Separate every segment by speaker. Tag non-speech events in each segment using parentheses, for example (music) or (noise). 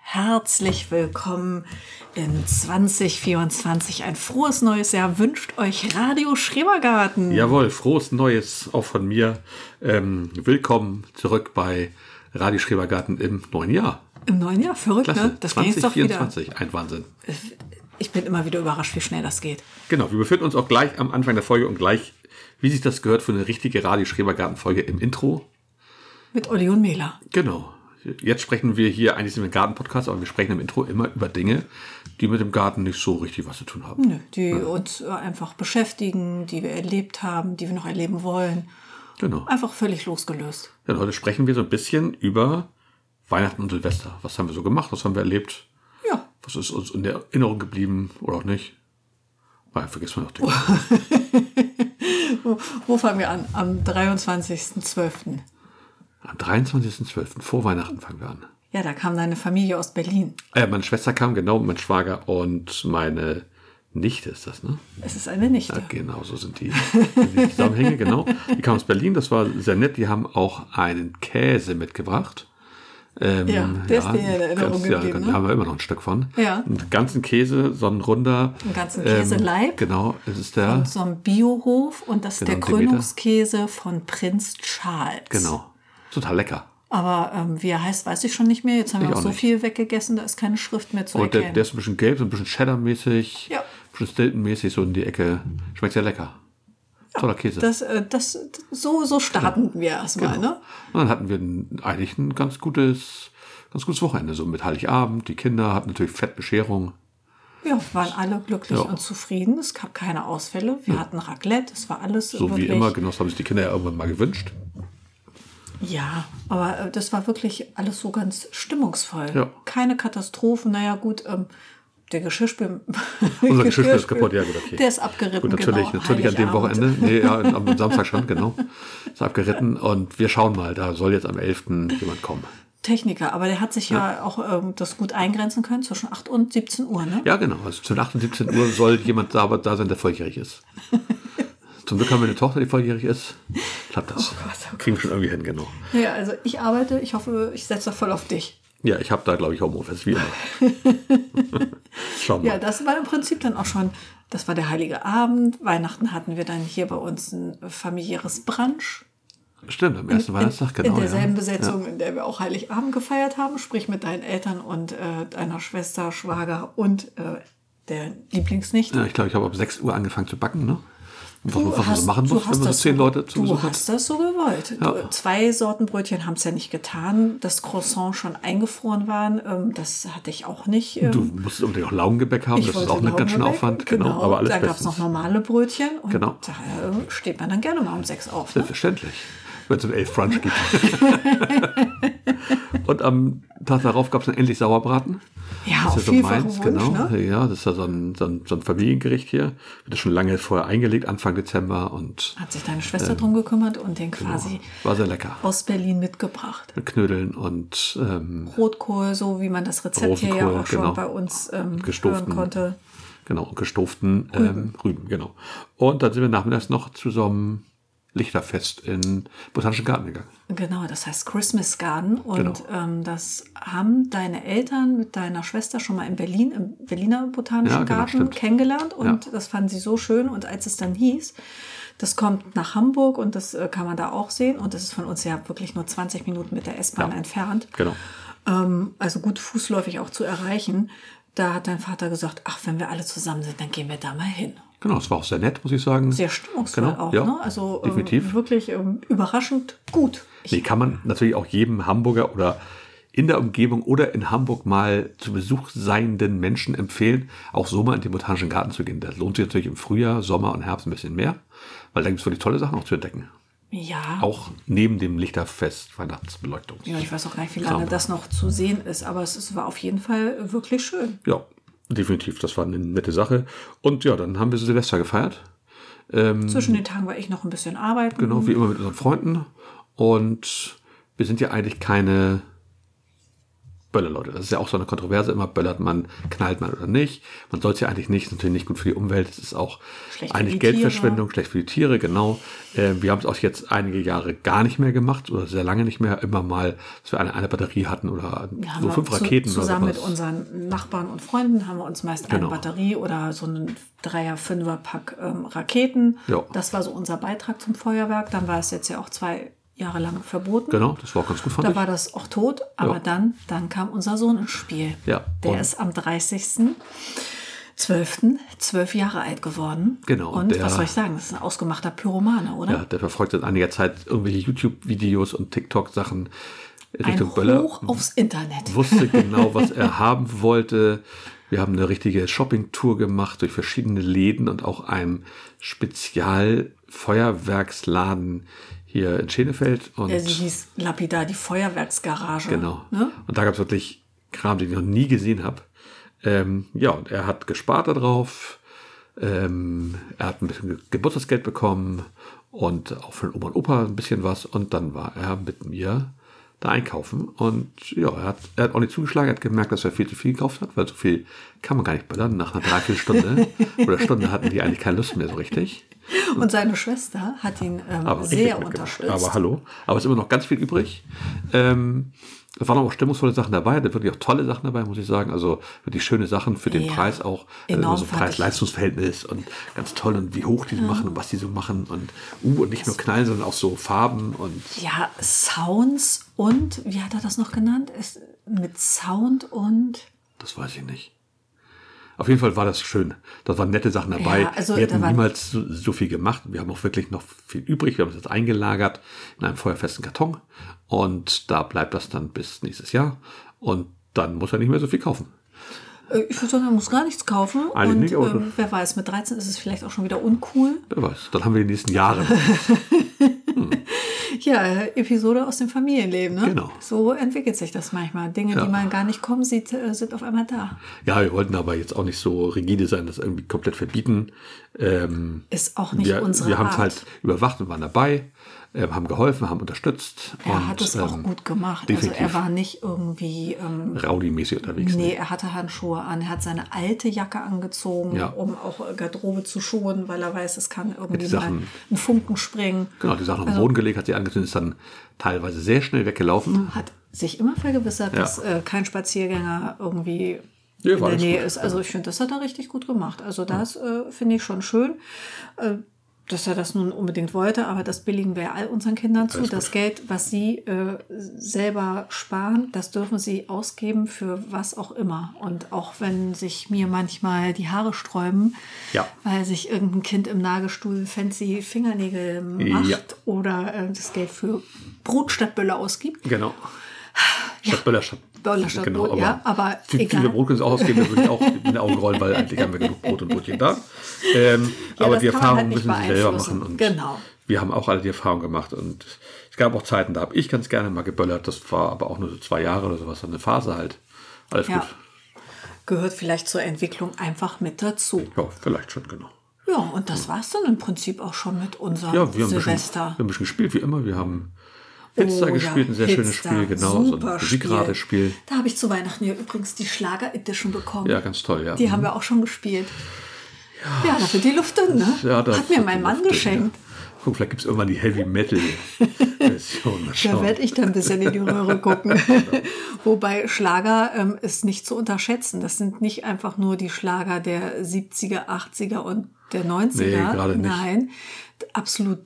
Speaker 1: Herzlich willkommen in 2024. Ein frohes neues Jahr wünscht euch Radio Schrebergarten.
Speaker 2: Jawohl, frohes Neues auch von mir. Ähm, willkommen zurück bei Radio Schrebergarten im neuen Jahr.
Speaker 1: Im neuen Jahr, verrückt,
Speaker 2: Klasse,
Speaker 1: ne? Das ging jetzt doch wieder.
Speaker 2: 2024, ein Wahnsinn.
Speaker 1: Ich bin immer wieder überrascht, wie schnell das geht.
Speaker 2: Genau, wir befinden uns auch gleich am Anfang der Folge und gleich, wie sich das gehört, für eine richtige Radio Schrebergarten-Folge im Intro.
Speaker 1: Mit Olli und Mela.
Speaker 2: Genau. Jetzt sprechen wir hier, eigentlich sind wir ein Garten-Podcast, aber wir sprechen im Intro immer über Dinge, die mit dem Garten nicht so richtig was zu tun haben.
Speaker 1: Nö, die uns äh, einfach beschäftigen, die wir erlebt haben, die wir noch erleben wollen.
Speaker 2: Genau.
Speaker 1: Einfach völlig losgelöst.
Speaker 2: Ja, und heute sprechen wir so ein bisschen über Weihnachten und Silvester. Was haben wir so gemacht? Was haben wir erlebt?
Speaker 1: Ja,
Speaker 2: Was ist uns in der Erinnerung geblieben oder auch nicht? Mal vergisst man auch Dinge.
Speaker 1: wo, wo fangen wir an? Am 23.12.
Speaker 2: Am 23.12. vor Weihnachten fangen wir an.
Speaker 1: Ja, da kam deine Familie aus Berlin.
Speaker 2: Äh, meine Schwester kam, genau, mein Schwager und meine Nichte ist das, ne?
Speaker 1: Es ist eine Nichte.
Speaker 2: Ja, genau, so sind die, sind die Zusammenhänge, genau. Die kamen aus Berlin, das war sehr nett. Die haben auch einen Käse mitgebracht. Ähm,
Speaker 1: Ja, der ist dir in Erinnerung geblieben,
Speaker 2: Ja,
Speaker 1: ne?
Speaker 2: da haben wir immer noch ein Stück von.
Speaker 1: Ja.
Speaker 2: Einen ganzen Käse, so ein runder.
Speaker 1: Einen ganzen Käseleib.
Speaker 2: genau, es ist der.
Speaker 1: So ein Biohof und das ist
Speaker 2: Genau,
Speaker 1: der
Speaker 2: Demeter.
Speaker 1: Krönungskäse von Prinz Charles.
Speaker 2: Genau. Total lecker.
Speaker 1: Aber ähm, wie er heißt, weiß ich schon nicht mehr. Jetzt haben
Speaker 2: Ich
Speaker 1: wir auch,
Speaker 2: auch
Speaker 1: so
Speaker 2: nicht.
Speaker 1: viel weggegessen, da ist keine Schrift mehr zu
Speaker 2: Und der,
Speaker 1: erkennen.
Speaker 2: der ist ein bisschen gelb, so ein bisschen Cheddar-mäßig,
Speaker 1: Ja.
Speaker 2: ein bisschen Stilton-mäßig, so in die Ecke. Schmeckt sehr lecker. Toller Käse.
Speaker 1: das, äh, das, so, so starten
Speaker 2: Genau.
Speaker 1: wir erstmal, ne?
Speaker 2: Und dann hatten wir ein, eigentlich ein ganz gutes, ganz gutes Wochenende, so mit Heiligabend. Die Kinder hatten natürlich Fettbescherung.
Speaker 1: Ja, waren alle glücklich
Speaker 2: Ja.
Speaker 1: und zufrieden. Es gab keine Ausfälle. Wir hatten Raclette, es war alles
Speaker 2: So
Speaker 1: wirklich,
Speaker 2: wie immer, genau das haben sich die Kinder ja irgendwann mal gewünscht.
Speaker 1: Ja, aber äh, das war wirklich alles so ganz stimmungsvoll.
Speaker 2: Ja.
Speaker 1: Keine Katastrophen. Naja, gut, ähm, der Geschirrspül. (laughs)
Speaker 2: Unser Geschirrspül ist kaputt, ja, gut, okay.
Speaker 1: Der ist abgeritten.
Speaker 2: Gut, natürlich,
Speaker 1: genau,
Speaker 2: natürlich an dem
Speaker 1: Heiligabend.
Speaker 2: Wochenende. Nee, ja, am Samstag schon, genau. Ist abgeritten. Und wir schauen mal, da soll jetzt am 11. jemand kommen.
Speaker 1: Techniker, aber der hat sich ja, auch ähm, das gut eingrenzen können zwischen 8 und 17 Uhr, ne?
Speaker 2: Ja, genau. Also zwischen 8 und 17 Uhr soll jemand da, da sein, der volljährig (laughs) ist. Zum Glück haben wir eine Tochter, die volljährig ist. Klappt das. Oh. Kriegen wir schon irgendwie hin, genau.
Speaker 1: Ja. also ich arbeite, ich hoffe, ich setze da voll auf dich.
Speaker 2: Ja, ich habe da, glaube ich, Homeoffice, wie immer. (laughs) Schauen wir
Speaker 1: Ja,
Speaker 2: mal.
Speaker 1: das war im Prinzip dann auch schon, das war der heilige Abend. Weihnachten hatten wir dann hier bei uns ein familiäres Brunch.
Speaker 2: Stimmt, am ersten Weihnachtstag, genau.
Speaker 1: in derselben
Speaker 2: ja.
Speaker 1: Besetzung, in der wir auch Heiligabend gefeiert haben, sprich mit deinen Eltern und äh, deiner Schwester, Schwager und äh, der Lieblingsnichte.
Speaker 2: Ja, ich glaube, ich habe ab 6 Uhr angefangen zu backen, ne? Und was, man- was man so
Speaker 1: hast-
Speaker 2: machen
Speaker 1: du
Speaker 2: muss,
Speaker 1: hast
Speaker 2: wenn man so
Speaker 1: das
Speaker 2: zehn Leute zu
Speaker 1: Du
Speaker 2: Besuch hat.
Speaker 1: hast das so gewollt. Du,
Speaker 2: Ja.
Speaker 1: zwei Sorten Brötchen haben es ja nicht getan. Das Croissant schon eingefroren waren, ähm, das hatte ich auch nicht. Ähm,
Speaker 2: Du musst unbedingt auch Laugengebäck haben, das ist
Speaker 1: wollte
Speaker 2: auch ein ganz schöner
Speaker 1: Laugengebäck.
Speaker 2: Aufwand. Genau, aber alles
Speaker 1: Da gab es noch
Speaker 2: bestens.
Speaker 1: normale Brötchen und
Speaker 2: Genau.
Speaker 1: da äh, steht man dann gerne mal um sechs auf. Ne?
Speaker 2: Selbstverständlich. Wenn es um 11 Brunch gibt. (laughs) Und am Tag darauf gab es dann endlich Sauerbraten.
Speaker 1: Ja,
Speaker 2: Das
Speaker 1: auf
Speaker 2: ist ja so
Speaker 1: vielfachen
Speaker 2: meins,
Speaker 1: Wunsch,
Speaker 2: genau.
Speaker 1: ne?
Speaker 2: Ja, das ist ja so ein, so, ein, so ein Familiengericht hier. Wird das schon lange vorher eingelegt, Anfang Dezember. Und
Speaker 1: Hat sich deine Schwester drum gekümmert und den
Speaker 2: genau.
Speaker 1: quasi
Speaker 2: war sehr lecker.
Speaker 1: aus Berlin mitgebracht.
Speaker 2: Mit Knödeln und ähm,
Speaker 1: Rotkohl, so wie man das Rezept hier ja
Speaker 2: Rosenkohl,
Speaker 1: auch schon
Speaker 2: genau.
Speaker 1: bei uns ähm, hören
Speaker 2: Gestuften.
Speaker 1: konnte.
Speaker 2: genau, und gestuften ähm, Rüben, genau. Und dann sind wir nachmittags noch zu so einem Lichterfest in Botanischen Garten gegangen.
Speaker 1: Genau, das heißt Christmas Garden. Und
Speaker 2: Genau.
Speaker 1: ähm, das haben deine Eltern mit deiner Schwester schon mal in Berlin, im Berliner Botanischen
Speaker 2: Ja, genau,
Speaker 1: Garten
Speaker 2: stimmt.
Speaker 1: kennengelernt. Und das fanden sie so schön. Und als es dann hieß, das kommt nach Hamburg und das äh, kann man da auch sehen. Und das ist von uns ja wirklich nur 20 Minuten mit der S-Bahn
Speaker 2: Ja.
Speaker 1: entfernt.
Speaker 2: Genau.
Speaker 1: ähm, also gut fußläufig auch zu erreichen. Da hat dein Vater gesagt, ach, wenn wir alle zusammen sind, dann gehen wir da mal hin.
Speaker 2: Genau, es war auch sehr nett, muss ich sagen.
Speaker 1: Sehr stimmungsvoll
Speaker 2: Genau,
Speaker 1: auch,
Speaker 2: ja,
Speaker 1: ne? Also Ähm,
Speaker 2: definitiv.
Speaker 1: wirklich ähm, überraschend gut. Ich,
Speaker 2: Nee, kann man natürlich auch jedem Hamburger oder in der Umgebung oder in Hamburg mal zu Besuch seienden Menschen empfehlen, auch so mal in den Botanischen Garten zu gehen. Das lohnt sich natürlich im Frühjahr, Sommer und Herbst ein bisschen mehr, weil da gibt es wirklich tolle Sachen auch zu entdecken.
Speaker 1: ja.
Speaker 2: Auch neben dem Lichterfest Weihnachtsbeleuchtung.
Speaker 1: ja, ich weiß auch gar nicht, wie lange
Speaker 2: Klar.
Speaker 1: das noch zu sehen ist, aber es, es war auf jeden Fall wirklich schön.
Speaker 2: Ja, definitiv. Das war eine nette Sache. Und ja, dann haben wir Silvester gefeiert.
Speaker 1: Zwischen den Tagen war ich noch ein bisschen arbeiten.
Speaker 2: Mhm. Genau, wie immer mit unseren Freunden. Und wir sind ja eigentlich keine Böller, Leute. Das ist ja auch so eine Kontroverse immer. Böllert man, knallt man oder nicht. Man soll es ja eigentlich nicht. Ist natürlich nicht gut für die Umwelt. Es ist auch
Speaker 1: Schlecht für
Speaker 2: eigentlich
Speaker 1: die Tiere.
Speaker 2: Geldverschwendung, schlecht für die Tiere, genau. Äh, wir haben es auch jetzt einige Jahre gar nicht mehr gemacht oder sehr lange nicht mehr. Immer mal, dass wir eine, eine Batterie hatten oder
Speaker 1: Ja, haben
Speaker 2: so
Speaker 1: wir
Speaker 2: fünf
Speaker 1: zu-
Speaker 2: Raketen oder
Speaker 1: Zusammen mit
Speaker 2: sowas.
Speaker 1: unseren Nachbarn und Freunden haben wir uns meist
Speaker 2: Genau.
Speaker 1: eine Batterie oder so einen Dreier-, Fünfer-Pack ähm, Raketen.
Speaker 2: Ja.
Speaker 1: Das war so unser Beitrag zum Feuerwerk. Dann war es jetzt ja auch zwei Jahre lang verboten.
Speaker 2: Genau, das war auch ganz gut, fand
Speaker 1: Da
Speaker 2: ich.
Speaker 1: war das auch tot, aber
Speaker 2: Ja.
Speaker 1: dann, dann kam unser Sohn ins Spiel.
Speaker 2: Ja,
Speaker 1: Der
Speaker 2: und-
Speaker 1: ist am 30.12. zwölf Jahre alt geworden.
Speaker 2: Genau,
Speaker 1: Und
Speaker 2: der-
Speaker 1: was soll ich sagen? Das ist ein ausgemachter Pyromane, oder?
Speaker 2: Ja, der verfolgt seit einiger Zeit irgendwelche YouTube-Videos und TikTok-Sachen
Speaker 1: ein
Speaker 2: Richtung
Speaker 1: Hoch
Speaker 2: Böller.
Speaker 1: aufs Internet.
Speaker 2: (laughs) Wusste genau, was er haben wollte. Wir haben eine richtige Shopping-Tour gemacht durch verschiedene Läden und auch einem Spezialfeuerwerksladen hier in Schenefeld. Und
Speaker 1: Ja, Sie hieß lapidar die Feuerwerksgarage.
Speaker 2: Genau.
Speaker 1: Ne?
Speaker 2: Und da gab es wirklich Kram, den ich noch nie gesehen habe. Ähm, ja, und er hat gespart darauf. Ähm, er hat ein bisschen Ge- Geburtstagsgeld bekommen und auch von Oma und Opa ein bisschen was. Und dann war er mit mir da einkaufen. Und ja, er hat, er hat auch nicht zugeschlagen. Er hat gemerkt, dass er viel zu viel gekauft hat, weil so viel kann man gar nicht böllern. Nach einer Dreiviertelstunde oder Stunde hatten die eigentlich keine Lust mehr so richtig.
Speaker 1: Und seine Schwester hat ihn ähm,
Speaker 2: Aber
Speaker 1: sehr
Speaker 2: richtig mitgemacht.
Speaker 1: unterstützt.
Speaker 2: Aber hallo. Aber es ist immer noch ganz viel übrig. Ähm, es waren auch stimmungsvolle Sachen dabei, da wirklich auch tolle Sachen dabei, muss ich sagen. Also wirklich schöne Sachen für den
Speaker 1: Ja.
Speaker 2: Preis auch.
Speaker 1: Enorm
Speaker 2: also so
Speaker 1: fand ich.
Speaker 2: Preis-Leistungsverhältnis und ganz toll und wie hoch die machen und was die so machen und, uh, und nicht nur knallen, sondern auch so Farben und
Speaker 1: ja, Sounds und, wie hat er das noch genannt? Es, mit Sound und.
Speaker 2: das weiß ich nicht. Auf jeden Fall war das schön. Da waren nette Sachen dabei.
Speaker 1: Ja, also
Speaker 2: wir
Speaker 1: da
Speaker 2: hatten
Speaker 1: waren-
Speaker 2: niemals so, so viel gemacht. Wir haben auch wirklich noch viel übrig. Wir haben es jetzt eingelagert in einem feuerfesten Karton. Und da bleibt das dann bis nächstes Jahr. Und dann muss er nicht mehr so viel kaufen.
Speaker 1: Äh, Ich würde sagen, er muss gar nichts kaufen.
Speaker 2: Eigentlich
Speaker 1: und
Speaker 2: nicht, aber-
Speaker 1: ähm, wer weiß, mit 13 ist es vielleicht auch schon wieder uncool.
Speaker 2: Wer weiß. Dann haben wir die
Speaker 1: (laughs)
Speaker 2: nächsten Jahre.
Speaker 1: Ja, äh, Episode aus dem Familienleben. Ne?
Speaker 2: Genau.
Speaker 1: So entwickelt sich das manchmal. Dinge,
Speaker 2: Ja.
Speaker 1: die man gar nicht kommen sieht, äh, sind auf einmal da.
Speaker 2: ja, wir wollten aber jetzt auch nicht so rigide sein, das irgendwie komplett verbieten. Ähm,
Speaker 1: Ist auch nicht
Speaker 2: wir
Speaker 1: unsere
Speaker 2: wir haben es
Speaker 1: Art.
Speaker 2: halt überwacht und waren dabei, ähm, haben geholfen, haben unterstützt.
Speaker 1: er
Speaker 2: und,
Speaker 1: hat es auch
Speaker 2: ähm,
Speaker 1: gut gemacht.
Speaker 2: definitiv.
Speaker 1: Also er war nicht irgendwie ähm,
Speaker 2: Rowdy-mäßig unterwegs.
Speaker 1: Nee, er hatte Handschuhe an. Er hat seine alte Jacke angezogen,
Speaker 2: Ja.
Speaker 1: um auch äh, Garderobe zu schonen, weil er weiß, es kann irgendwie mal
Speaker 2: Sachen-
Speaker 1: ein Funken springen.
Speaker 2: Genau, die Sachen auf den Boden gelegt, hat sie angezündet, ist dann teilweise sehr schnell weggelaufen.
Speaker 1: Hat sich immer vergewissert,
Speaker 2: Mhm. Ja.
Speaker 1: dass äh, kein Spaziergänger irgendwie
Speaker 2: Ja,
Speaker 1: in
Speaker 2: war
Speaker 1: der
Speaker 2: alles
Speaker 1: Nähe
Speaker 2: gut.
Speaker 1: ist. Also ich finde, das hat er richtig gut gemacht. Also das äh, finde ich schon schön. Äh, dass er das nun unbedingt wollte, aber das billigen wir all unseren Kindern zu.
Speaker 2: Alles
Speaker 1: Das
Speaker 2: gut.
Speaker 1: Geld, was sie äh, selber sparen, das dürfen sie ausgeben für was auch immer. Und auch wenn sich mir manchmal die Haare sträuben,
Speaker 2: Ja.
Speaker 1: weil sich irgendein Kind im Nagestuhl fancy Fingernägel macht
Speaker 2: Ja.
Speaker 1: oder äh, das Geld für Brot statt Böller ausgibt,
Speaker 2: Genau. Statt Böller, statt
Speaker 1: Böller statt
Speaker 2: genau,
Speaker 1: Brot, ja, aber
Speaker 2: viel,
Speaker 1: egal.
Speaker 2: Viele Brot können es auch ausgeben, da würde ich auch in die Augen rollen, weil eigentlich haben wir genug Brot und Brotchen da. Ähm,
Speaker 1: Ja,
Speaker 2: aber
Speaker 1: das
Speaker 2: die
Speaker 1: kann man halt
Speaker 2: Erfahrung
Speaker 1: nicht
Speaker 2: müssen sie selber
Speaker 1: beeinflussen.
Speaker 2: machen. Und
Speaker 1: Genau.
Speaker 2: Wir haben auch alle die Erfahrung gemacht und es gab auch Zeiten, da habe ich ganz gerne mal geböllert, das war aber auch nur so zwei Jahre oder sowas, so eine Phase halt. Alles
Speaker 1: Ja.
Speaker 2: gut.
Speaker 1: gehört vielleicht zur Entwicklung einfach mit dazu.
Speaker 2: Ja, vielleicht schon, genau.
Speaker 1: Ja, und das war's dann im Prinzip auch schon mit unserem
Speaker 2: Ja, wir haben, ein bisschen, wir
Speaker 1: Silvester.
Speaker 2: haben ein bisschen gespielt, wie immer. Wir haben Pizza
Speaker 1: Oh ja,
Speaker 2: gespielt, ein sehr schönes
Speaker 1: Hitstar,
Speaker 2: Spiel, genau. So ein
Speaker 1: super
Speaker 2: Musikratespiel.
Speaker 1: Da habe ich zu Weihnachten ja übrigens die Schlager Edition bekommen.
Speaker 2: Ja, ganz toll, ja.
Speaker 1: Die haben wir auch schon gespielt. Ja, da dafür die Luft dünn, ne?
Speaker 2: Ja, da-
Speaker 1: Hat mir mein Mann geschenkt.
Speaker 2: Ja. Guck, vielleicht gibt es irgendwann die Heavy Metal-Version.
Speaker 1: (laughs)
Speaker 2: Mal
Speaker 1: Da
Speaker 2: schauen.
Speaker 1: werde ich dann ein bisschen in die
Speaker 2: (laughs)
Speaker 1: Röhre gucken. Wobei Schlager ähm, ist nicht zu unterschätzen. Das sind nicht einfach nur die Schlager der 70er, 80er und der 90er.
Speaker 2: Nee, gerade nicht.
Speaker 1: Nein, absolut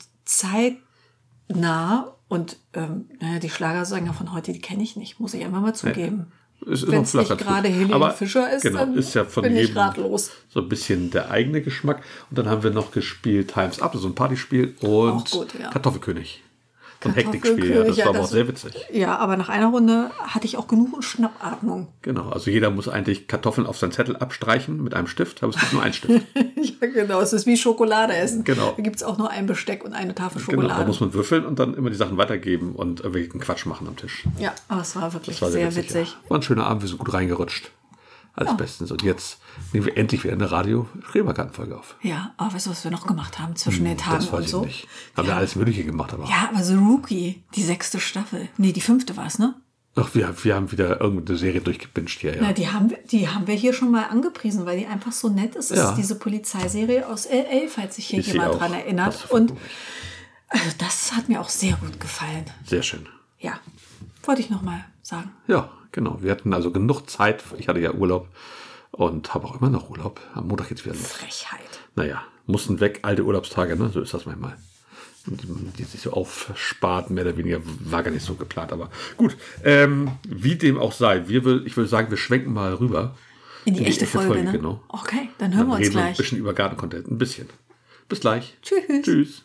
Speaker 1: zeitnah. Und ähm, naja, die Schlagersänger von heute, die kenne ich nicht, muss ich einfach mal zugeben.
Speaker 2: Es ist
Speaker 1: Wenn
Speaker 2: noch
Speaker 1: es
Speaker 2: flach
Speaker 1: nicht
Speaker 2: ganz gut.
Speaker 1: gerade Helene
Speaker 2: Aber
Speaker 1: Fischer ist,
Speaker 2: genau,
Speaker 1: dann
Speaker 2: ist ja von
Speaker 1: bin ich
Speaker 2: jedem
Speaker 1: ratlos.
Speaker 2: So ein bisschen der eigene Geschmack. Und dann haben wir noch gespielt Times Up, so ein Partyspiel und
Speaker 1: Auch gut, ja.
Speaker 2: Kartoffelkönig. So ein Hektikspiel,
Speaker 1: Kartoffelkönig,
Speaker 2: ja, das
Speaker 1: ja,
Speaker 2: war aber auch
Speaker 1: das-
Speaker 2: sehr witzig.
Speaker 1: Ja, aber nach einer Runde hatte ich auch genug Schnappatmung.
Speaker 2: Genau, also jeder muss eigentlich Kartoffeln auf seinen Zettel abstreichen mit einem Stift, aber es gibt nur einen Stift.
Speaker 1: (laughs) ja, genau. Es ist wie Schokolade essen.
Speaker 2: Genau.
Speaker 1: Da gibt es auch nur ein Besteck und eine Tafel
Speaker 2: Genau,
Speaker 1: Schokolade.
Speaker 2: da muss man würfeln und dann immer die Sachen weitergeben und irgendwelchen Quatsch machen am Tisch.
Speaker 1: ja, aber es war wirklich
Speaker 2: Das war
Speaker 1: sehr
Speaker 2: sehr, witzig.
Speaker 1: witzig. Oh.
Speaker 2: Ja. War ein schöner Abend, wir sind gut reingerutscht. Alles bestens. Und jetzt nehmen wir endlich wieder eine Radio-Schreberkartenfolge auf.
Speaker 1: Ja, aber weißt du, was wir noch gemacht haben zwischen den Tagen
Speaker 2: Hm, Das weiß
Speaker 1: und
Speaker 2: ich
Speaker 1: so?
Speaker 2: nicht. Haben wir alles Mögliche gemacht, aber
Speaker 1: Ja, aber The Rookie, die sechste Staffel. Nee, die fünfte war es, ne?
Speaker 2: Ach, wir, wir haben wieder irgendeine Serie durchgepinscht hier, ja.
Speaker 1: Na, die haben, wir- die haben wir hier schon mal angepriesen, weil die einfach so nett ist. Es
Speaker 2: Ja.
Speaker 1: ist diese Polizeiserie aus L.A., falls sich hier
Speaker 2: Ich sehe
Speaker 1: jemand
Speaker 2: auch.
Speaker 1: dran
Speaker 2: Hast
Speaker 1: erinnert.
Speaker 2: du
Speaker 1: Und
Speaker 2: verguckt.
Speaker 1: also das hat mir auch sehr gut gefallen.
Speaker 2: Sehr schön.
Speaker 1: Ja, wollte ich nochmal sagen.
Speaker 2: Ja, genau. Wir hatten also genug Zeit. Ich hatte ja Urlaub und habe auch immer noch Urlaub. Am Montag geht's wieder los.
Speaker 1: Frechheit.
Speaker 2: Naja, mussten weg, alte Urlaubstage, ne? So ist das manchmal. Und die- die sich so aufspart, mehr oder weniger, war gar nicht so geplant. Aber gut, ähm, wie dem auch sei, wir will, ich würde sagen, wir schwenken mal rüber.
Speaker 1: In die, echte, Folge, ne?
Speaker 2: genau.
Speaker 1: Okay, dann hören wir uns
Speaker 2: reden ein
Speaker 1: gleich.
Speaker 2: bisschen über Gartencontent. Ein bisschen. Bis gleich.
Speaker 1: Tschüss.
Speaker 2: Tschüss.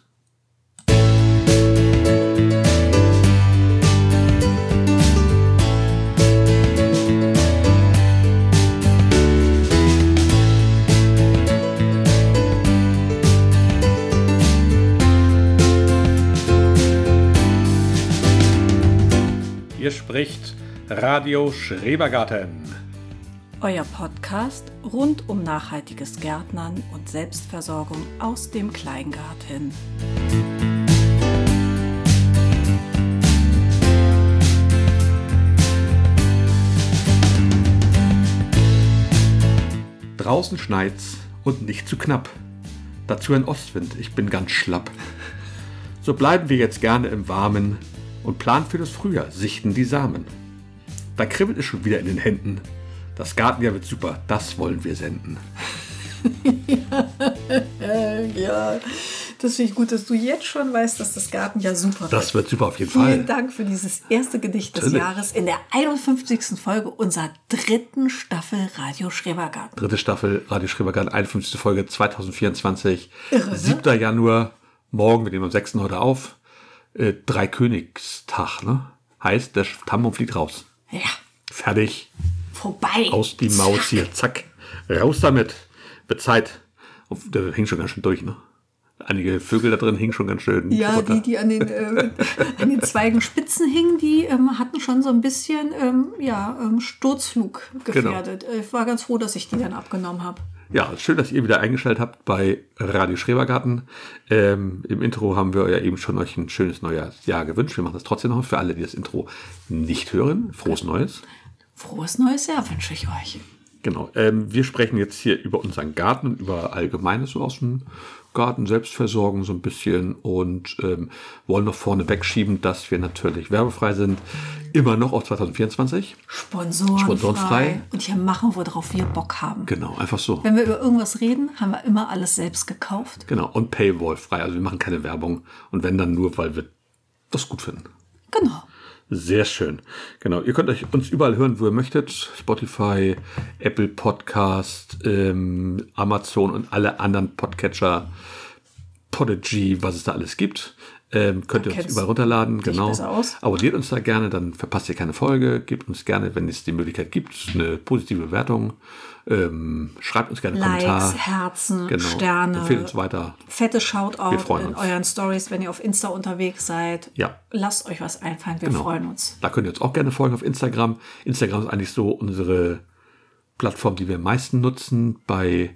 Speaker 2: Hier spricht Radio Schrebergarten.
Speaker 1: Euer Podcast rund um nachhaltiges Gärtnern und Selbstversorgung aus dem Kleingarten.
Speaker 2: Draußen schneit's und nicht zu knapp. Dazu ein Ostwind, ich bin ganz schlapp. So bleiben wir jetzt gerne im Warmen und planen für das Frühjahr, sichten die Samen. Da kribbelt es schon wieder in den Händen. Das Gartenjahr wird super, das wollen wir senden.
Speaker 1: Äh, ja, das finde ich gut, dass du jetzt schon weißt, dass das Garten ja super
Speaker 2: Das wird super auf jeden
Speaker 1: Vielen
Speaker 2: Fall.
Speaker 1: Dank für dieses erste Gedicht des
Speaker 2: Natürlich.
Speaker 1: Jahres in der 51. Folge unserer dritten Staffel Radio Schrebergarten.
Speaker 2: Dritte Staffel Radio Schrebergarten, 51. Folge 2024.
Speaker 1: ne?
Speaker 2: 7. Januar, morgen, wir nehmen am 6. heute auf. Äh, Dreikönigstag, ne? Heißt, der Tambo fliegt raus.
Speaker 1: Ja,
Speaker 2: Fertig.
Speaker 1: vorbei.
Speaker 2: Aus die Maus hier, zack. Raus damit. Wird Zeit. Und Der hing schon ganz schön durch, ne? Einige Vögel da drin hingen schon ganz schön. ne?
Speaker 1: Ja,
Speaker 2: runter.
Speaker 1: die, die an den, äh, (laughs) an den Zweigen Spitzen hingen, die ähm, hatten schon so ein bisschen ähm, ja, ähm, Sturzflug
Speaker 2: Genau.
Speaker 1: gefährdet. Äh, Ich war ganz froh, dass ich die dann abgenommen habe.
Speaker 2: Ja, schön, dass ihr wieder eingeschaltet habt bei Radio Schrebergarten. Ähm, Im Intro haben wir ja eben schon euch ein schönes neues Jahr gewünscht. Wir machen das trotzdem noch für alle, die das Intro nicht hören. Frohes Neues.
Speaker 1: Frohes neues Jahr wünsche ich euch.
Speaker 2: Genau. Ähm, wir sprechen jetzt hier über unseren Garten und über Allgemeines so aus dem Garten, Selbstversorgung so ein bisschen und ähm, wollen noch vorne wegschieben, dass wir natürlich werbefrei sind. Immer noch auf 2024.
Speaker 1: Sponsorenfrei.
Speaker 2: Sponsorenfrei.
Speaker 1: Und hier machen, worauf wir Bock haben.
Speaker 2: Genau, einfach so.
Speaker 1: Wenn wir über irgendwas reden, haben wir immer alles selbst gekauft.
Speaker 2: Genau. Und Paywall frei. Also wir machen keine Werbung. Und wenn dann nur, weil wir das gut finden.
Speaker 1: Genau.
Speaker 2: Sehr schön. Genau. Ihr könnt euch uns überall hören, wo ihr möchtet. Spotify, Apple Podcast, ähm, Amazon und alle anderen Podcatcher, Podigy, was es da alles gibt. Ähm, könnt ihr uns
Speaker 1: kennst
Speaker 2: überall runterladen, genau.
Speaker 1: besser aus.
Speaker 2: Abonniert uns da gerne, dann verpasst ihr keine Folge. Gebt uns gerne, wenn es die Möglichkeit gibt, eine positive Bewertung. Ähm, schreibt uns gerne einen
Speaker 1: Likes,
Speaker 2: Kommentar.
Speaker 1: Herzen,
Speaker 2: genau.
Speaker 1: Sterne.
Speaker 2: Empfehlt uns weiter.
Speaker 1: Fette Shoutout
Speaker 2: Wir freuen
Speaker 1: in
Speaker 2: uns.
Speaker 1: euren Stories, wenn ihr auf Insta unterwegs seid.
Speaker 2: Ja.
Speaker 1: Lasst euch was einfallen, wir
Speaker 2: Genau.
Speaker 1: freuen uns.
Speaker 2: Da könnt ihr uns auch gerne folgen auf Instagram. Instagram ist eigentlich so unsere Plattform, die wir am meisten nutzen. Bei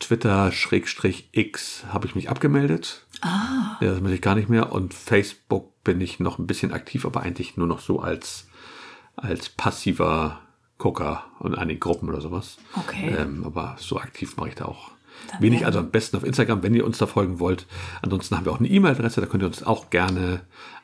Speaker 2: Twitter Schrägstrich X habe ich mich abgemeldet. Ah. Ja, das möchte ich gar nicht mehr. Und Facebook bin ich noch ein bisschen aktiv, aber eigentlich nur noch so als, als passiver Gucker und an den Gruppen oder sowas.
Speaker 1: Okay.
Speaker 2: Ähm, aber so aktiv mache ich da auch.
Speaker 1: Dann
Speaker 2: Wenig,
Speaker 1: werden-
Speaker 2: also am besten auf Instagram, wenn ihr uns da folgen wollt. Ansonsten haben wir auch eine E-Mail-Adresse, da könnt ihr uns auch gerne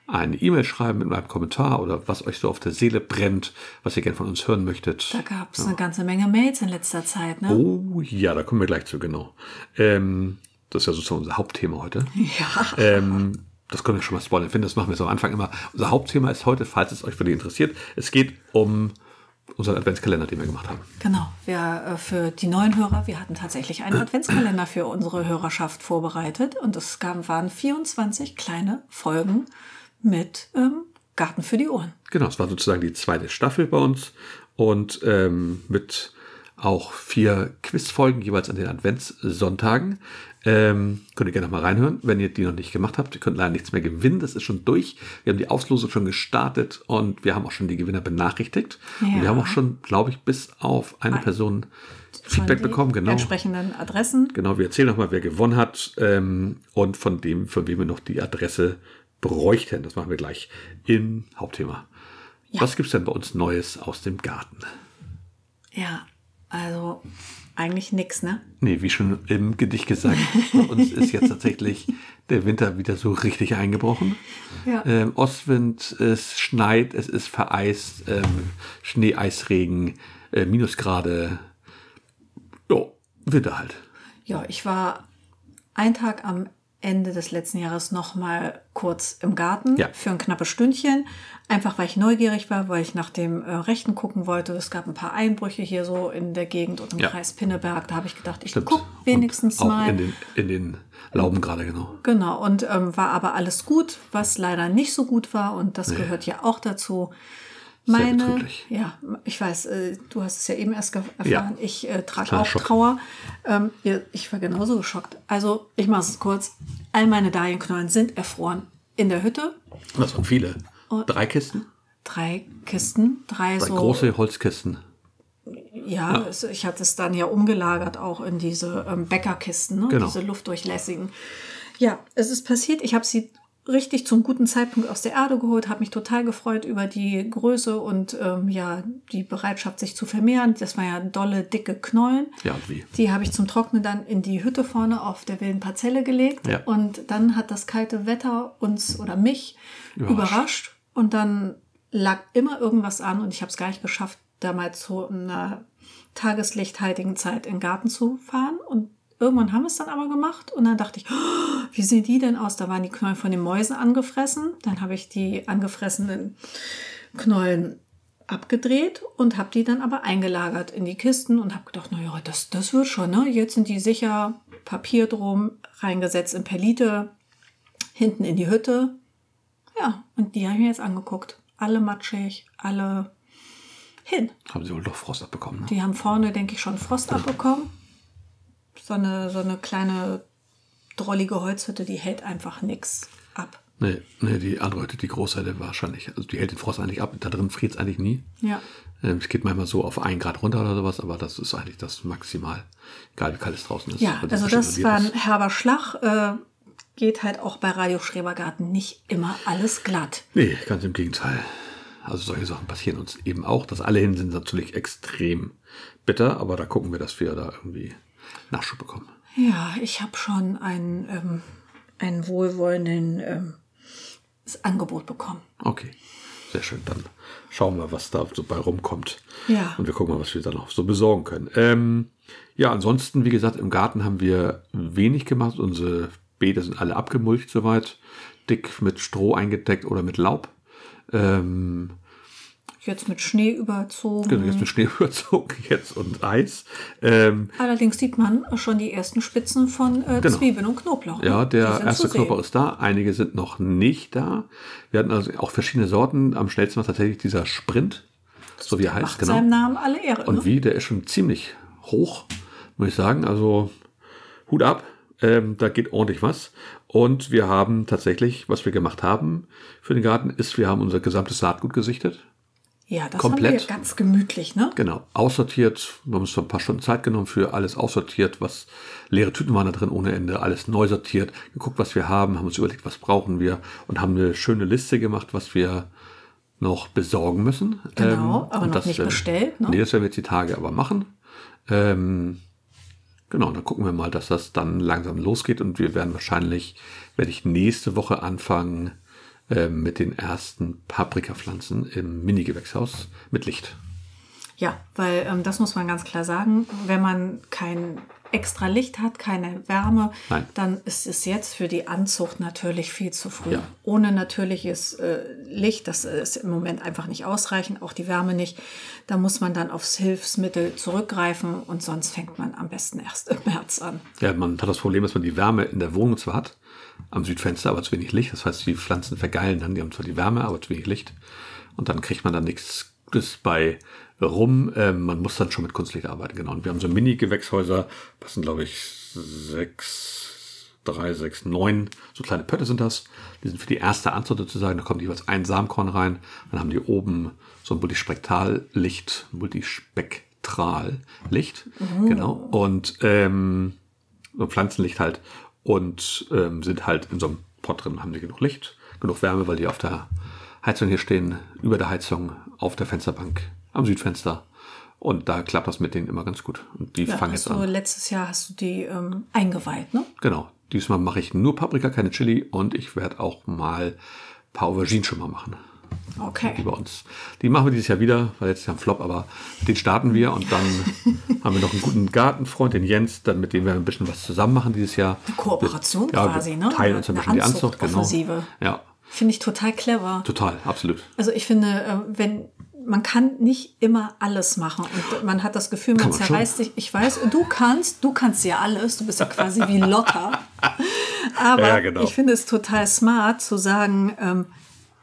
Speaker 2: eine E-Mail schreiben mit einem Kommentar oder was euch so auf der Seele brennt, was ihr gerne von uns hören möchtet.
Speaker 1: Da gab es eine ganze Menge Mails in letzter Zeit, ne?
Speaker 2: Oh ja, da kommen wir gleich zu, genau. Ähm, das ist ja sozusagen unser Hauptthema heute.
Speaker 1: Ja.
Speaker 2: Ähm, das können wir schon mal spoilern. Ich finde, das machen wir jetzt am Anfang immer. Unser Hauptthema ist heute, falls es euch wirklich interessiert, es geht um unseren Adventskalender, den wir gemacht haben.
Speaker 1: Genau. Wir, äh, für die neuen Hörer, wir hatten tatsächlich einen Adventskalender für unsere Hörerschaft vorbereitet und es gab, waren 24 kleine Folgen mit ähm, Garten für die Ohren.
Speaker 2: Genau, es war sozusagen die zweite Staffel bei uns und ähm, mit auch vier Quizfolgen jeweils an den Adventssonntagen. Ähm, könnt ihr gerne noch mal reinhören, wenn ihr die noch nicht gemacht habt. Ihr könnt leider nichts mehr gewinnen, das ist schon durch. Wir haben die Auslosung schon gestartet und wir haben auch schon die Gewinner benachrichtigt. Und wir
Speaker 1: Ja.
Speaker 2: haben auch schon, glaube ich, bis auf eine Person
Speaker 1: Von
Speaker 2: Feedback
Speaker 1: die
Speaker 2: bekommen. Genau.
Speaker 1: Entsprechenden Adressen.
Speaker 2: Genau, wir erzählen nochmal, wer gewonnen hat ähm, und von dem, von wem wir noch die Adresse bräuchten. Das machen wir gleich im Hauptthema.
Speaker 1: Ja.
Speaker 2: Was gibt's denn bei uns Neues aus dem Garten?
Speaker 1: Ja, also eigentlich nix, ne?
Speaker 2: Nee, wie schon im Gedicht gesagt,
Speaker 1: (laughs)
Speaker 2: bei uns ist jetzt tatsächlich der Winter wieder so richtig eingebrochen.
Speaker 1: Ja.
Speaker 2: Ähm, Ostwind, es schneit, es ist vereist, ähm, Schnee, Eisregen, äh, Minusgrade. Ja, Winter halt.
Speaker 1: Ja, ich war einen Tag am Ende des letzten Jahres noch mal kurz im Garten
Speaker 2: Ja.
Speaker 1: für ein knappes Stündchen. Einfach, weil ich neugierig war, weil ich nach dem äh, Rechten gucken wollte. Es gab ein paar Einbrüche hier so in der Gegend und im
Speaker 2: Ja.
Speaker 1: Kreis Pinneberg. Da habe ich gedacht, ich
Speaker 2: Stimmt.
Speaker 1: guck wenigstens
Speaker 2: Und auch
Speaker 1: mal.
Speaker 2: In den, in den Lauben gerade, genau.
Speaker 1: Genau, und ähm, war aber alles gut, was leider nicht so gut war und das gehört ja auch dazu.
Speaker 2: Sehr
Speaker 1: Meine,
Speaker 2: betrüblich.
Speaker 1: ja, ich weiß, äh, du hast es ja eben erst ge- erfahren, ich äh, trage
Speaker 2: Kleiner
Speaker 1: auch
Speaker 2: Schock.
Speaker 1: Trauer. Ähm, ja, ich war genauso geschockt. Also, ich mache es kurz. All meine Dahlienknollen sind erfroren in der Hütte.
Speaker 2: Das waren viele. Drei Kisten?
Speaker 1: Drei Kisten, drei,
Speaker 2: Oh. Drei
Speaker 1: so.
Speaker 2: große Holzkisten.
Speaker 1: Ja, es- ich hatte es dann ja umgelagert auch in diese ähm, Bäckerkisten, ne?
Speaker 2: Genau.
Speaker 1: diese luftdurchlässigen. Ja, es ist passiert. Ich habe sie richtig zum guten Zeitpunkt aus der Erde geholt, habe mich total gefreut über die Größe und ähm, ja die Bereitschaft, sich zu vermehren. Das waren ja dolle, dicke Knollen.
Speaker 2: Ja, wie?
Speaker 1: Die habe ich zum Trocknen dann in die Hütte vorne auf der wilden Parzelle gelegt.
Speaker 2: Ja.
Speaker 1: Und dann hat das kalte Wetter uns oder mich überrascht.
Speaker 2: Überrascht.
Speaker 1: Und dann lag immer irgendwas an und ich habe es gar nicht geschafft, damals zu einer tageslichthaltigen Zeit in den Garten zu fahren. Und irgendwann haben wir es dann aber gemacht. Und dann dachte ich, "Oh, wie sehen die denn aus? Da waren die Knollen von den Mäusen angefressen. Dann habe ich die angefressenen Knollen abgedreht und habe die dann aber eingelagert in die Kisten und habe gedacht, naja, das, das wird schon, ne? Jetzt sind die sicher, Papier drum, reingesetzt in Perlite, hinten in die Hütte. Ja, und die habe ich mir jetzt angeguckt. Alle matschig, alle hin.
Speaker 2: Haben sie wohl doch Frost abbekommen. Ne?
Speaker 1: Die haben vorne, denke ich, schon Frost abbekommen. So eine, so eine kleine drollige Holzhütte, die hält einfach nichts ab.
Speaker 2: Nee, nee, die andere Hütte, die große Hütte wahrscheinlich. Also die hält den Frost eigentlich ab. Da drin friert es eigentlich nie.
Speaker 1: Ja.
Speaker 2: Ähm, Es geht manchmal so auf ein Grad runter oder sowas, aber das ist eigentlich das maximal. Egal wie kalt es draußen ist.
Speaker 1: Ja,
Speaker 2: Weil die
Speaker 1: also
Speaker 2: bestimmt
Speaker 1: das
Speaker 2: isoliert
Speaker 1: war ein
Speaker 2: ist.
Speaker 1: herber Schlag. Äh, geht halt auch bei Radio Schrebergarten nicht immer alles glatt.
Speaker 2: Nee, ganz im Gegenteil. Also solche Sachen passieren uns eben auch. Das alle hin sind natürlich extrem bitter, aber da gucken wir, dass wir da irgendwie Nachschub bekommen.
Speaker 1: Ja, ich habe schon einen, ähm, einen wohlwollenden ähm, das Angebot bekommen.
Speaker 2: Okay, sehr schön. Dann schauen wir, was da so bei rumkommt.
Speaker 1: Ja.
Speaker 2: Und wir gucken mal, was wir da noch so besorgen können. Ähm, ja, ansonsten, wie gesagt, im Garten haben wir wenig gemacht. Unsere Beete sind alle abgemulcht soweit. Dick mit Stroh eingedeckt oder mit Laub. Ähm,
Speaker 1: Jetzt mit Schnee überzogen.
Speaker 2: genau, jetzt mit Schnee überzogen (laughs) jetzt und Eis. Ähm,
Speaker 1: Allerdings sieht man schon die ersten Spitzen von äh,
Speaker 2: Genau.
Speaker 1: Zwiebeln und Knoblauch. ne?
Speaker 2: Ja,
Speaker 1: Die
Speaker 2: der
Speaker 1: sind
Speaker 2: erste
Speaker 1: zu sehen.
Speaker 2: Knoblauch ist da. Einige sind noch nicht da. Wir hatten also auch verschiedene Sorten. Am schnellsten war tatsächlich dieser Sprint, so wie er heißt,
Speaker 1: Macht
Speaker 2: genau.
Speaker 1: seinem Namen alle Ehre.
Speaker 2: Und
Speaker 1: ne?
Speaker 2: wie, der ist schon ziemlich hoch, muss ich sagen. Also Hut ab, ähm, da geht ordentlich was. Und wir haben tatsächlich, was wir gemacht haben für den Garten, ist, wir haben unser gesamtes Saatgut gesichtet.
Speaker 1: Ja, das
Speaker 2: komplett.
Speaker 1: haben wir ganz gemütlich, ne?
Speaker 2: Genau, aussortiert. Wir haben uns so ein paar Stunden Zeit genommen für alles aussortiert, was leere Tüten waren da drin ohne Ende, alles neu sortiert, geguckt, was wir haben, haben uns überlegt, was brauchen wir und haben eine schöne Liste gemacht, was wir noch besorgen müssen. Ähm,
Speaker 1: Genau, aber
Speaker 2: und
Speaker 1: noch nicht
Speaker 2: werden-
Speaker 1: bestellt, ne?
Speaker 2: Nee, das werden wir jetzt die Tage aber machen. Ähm, genau, dann gucken wir mal, dass das dann langsam losgeht und wir werden wahrscheinlich, werde ich nächste Woche anfangen ähm, mit den ersten Paprikapflanzen im Mini-Gewächshaus mit Licht.
Speaker 1: Ja, weil ähm, das muss man ganz klar sagen, wenn man kein extra Licht hat, keine Wärme,
Speaker 2: Nein.
Speaker 1: dann ist es jetzt für die Anzucht natürlich viel zu früh.
Speaker 2: Ja.
Speaker 1: Ohne natürliches äh, Licht, das ist im Moment einfach nicht ausreichend, auch die Wärme nicht. Da muss man dann aufs Hilfsmittel zurückgreifen und sonst fängt man am besten erst im März an.
Speaker 2: Ja, man hat das Problem, dass man die Wärme in der Wohnung zwar hat, am Südfenster, aber zu wenig Licht. Das heißt, die Pflanzen vergeilen dann, die haben zwar die Wärme, aber zu wenig Licht. Und dann kriegt man dann nichts Gutes bei rum. Ähm, man muss dann schon mit Kunstlicht arbeiten, genau. Und wir haben so Mini-Gewächshäuser, das sind, glaube ich, sechs, drei, sechs, neun, so kleine Pötte sind das. Die sind für die erste Anzucht sozusagen. Da kommt jeweils ein Samenkorn rein. Dann haben die oben so ein Multispektrallicht, Multispektrallicht, genau. Und ähm, so ein Pflanzenlicht halt und ähm, sind halt in so einem Pott drin, haben die genug Licht, genug Wärme, weil die auf der Heizung hier stehen, über der Heizung, auf der Fensterbank, am Südfenster. Und da klappt das mit denen immer ganz gut. Und die
Speaker 1: Ja,
Speaker 2: fangen
Speaker 1: hast
Speaker 2: jetzt
Speaker 1: du,
Speaker 2: an.
Speaker 1: letztes Jahr hast du die ähm, eingeweiht, ne?
Speaker 2: Genau. Diesmal mache ich nur Paprika, keine Chili und ich werde auch mal ein paar Auberginen schon mal machen. Die
Speaker 1: Okay.
Speaker 2: bei uns. Die machen wir dieses Jahr wieder, weil letztes Jahr ein Flop, aber mit denen starten wir
Speaker 1: (laughs)
Speaker 2: und dann haben wir noch einen guten Gartenfreund, den Jens, dann mit dem wir ein bisschen was zusammen machen dieses Jahr.
Speaker 1: Kooperation
Speaker 2: wir
Speaker 1: quasi, ne?
Speaker 2: Teilen uns ein
Speaker 1: Eine
Speaker 2: bisschen die Anzucht, genau.
Speaker 1: Anzuchtoffensive.
Speaker 2: Ja,
Speaker 1: Finde ich total clever.
Speaker 2: total, absolut.
Speaker 1: Also ich finde, äh, wenn man kann nicht immer alles machen und man hat das Gefühl, man
Speaker 2: Kann man schon.
Speaker 1: zerreißt sich. Ich weiß, du kannst, du kannst ja alles. Du bist ja quasi wie
Speaker 2: (laughs)
Speaker 1: Lotta. Aber
Speaker 2: Ja, genau.
Speaker 1: ich finde es total smart zu sagen, ähm,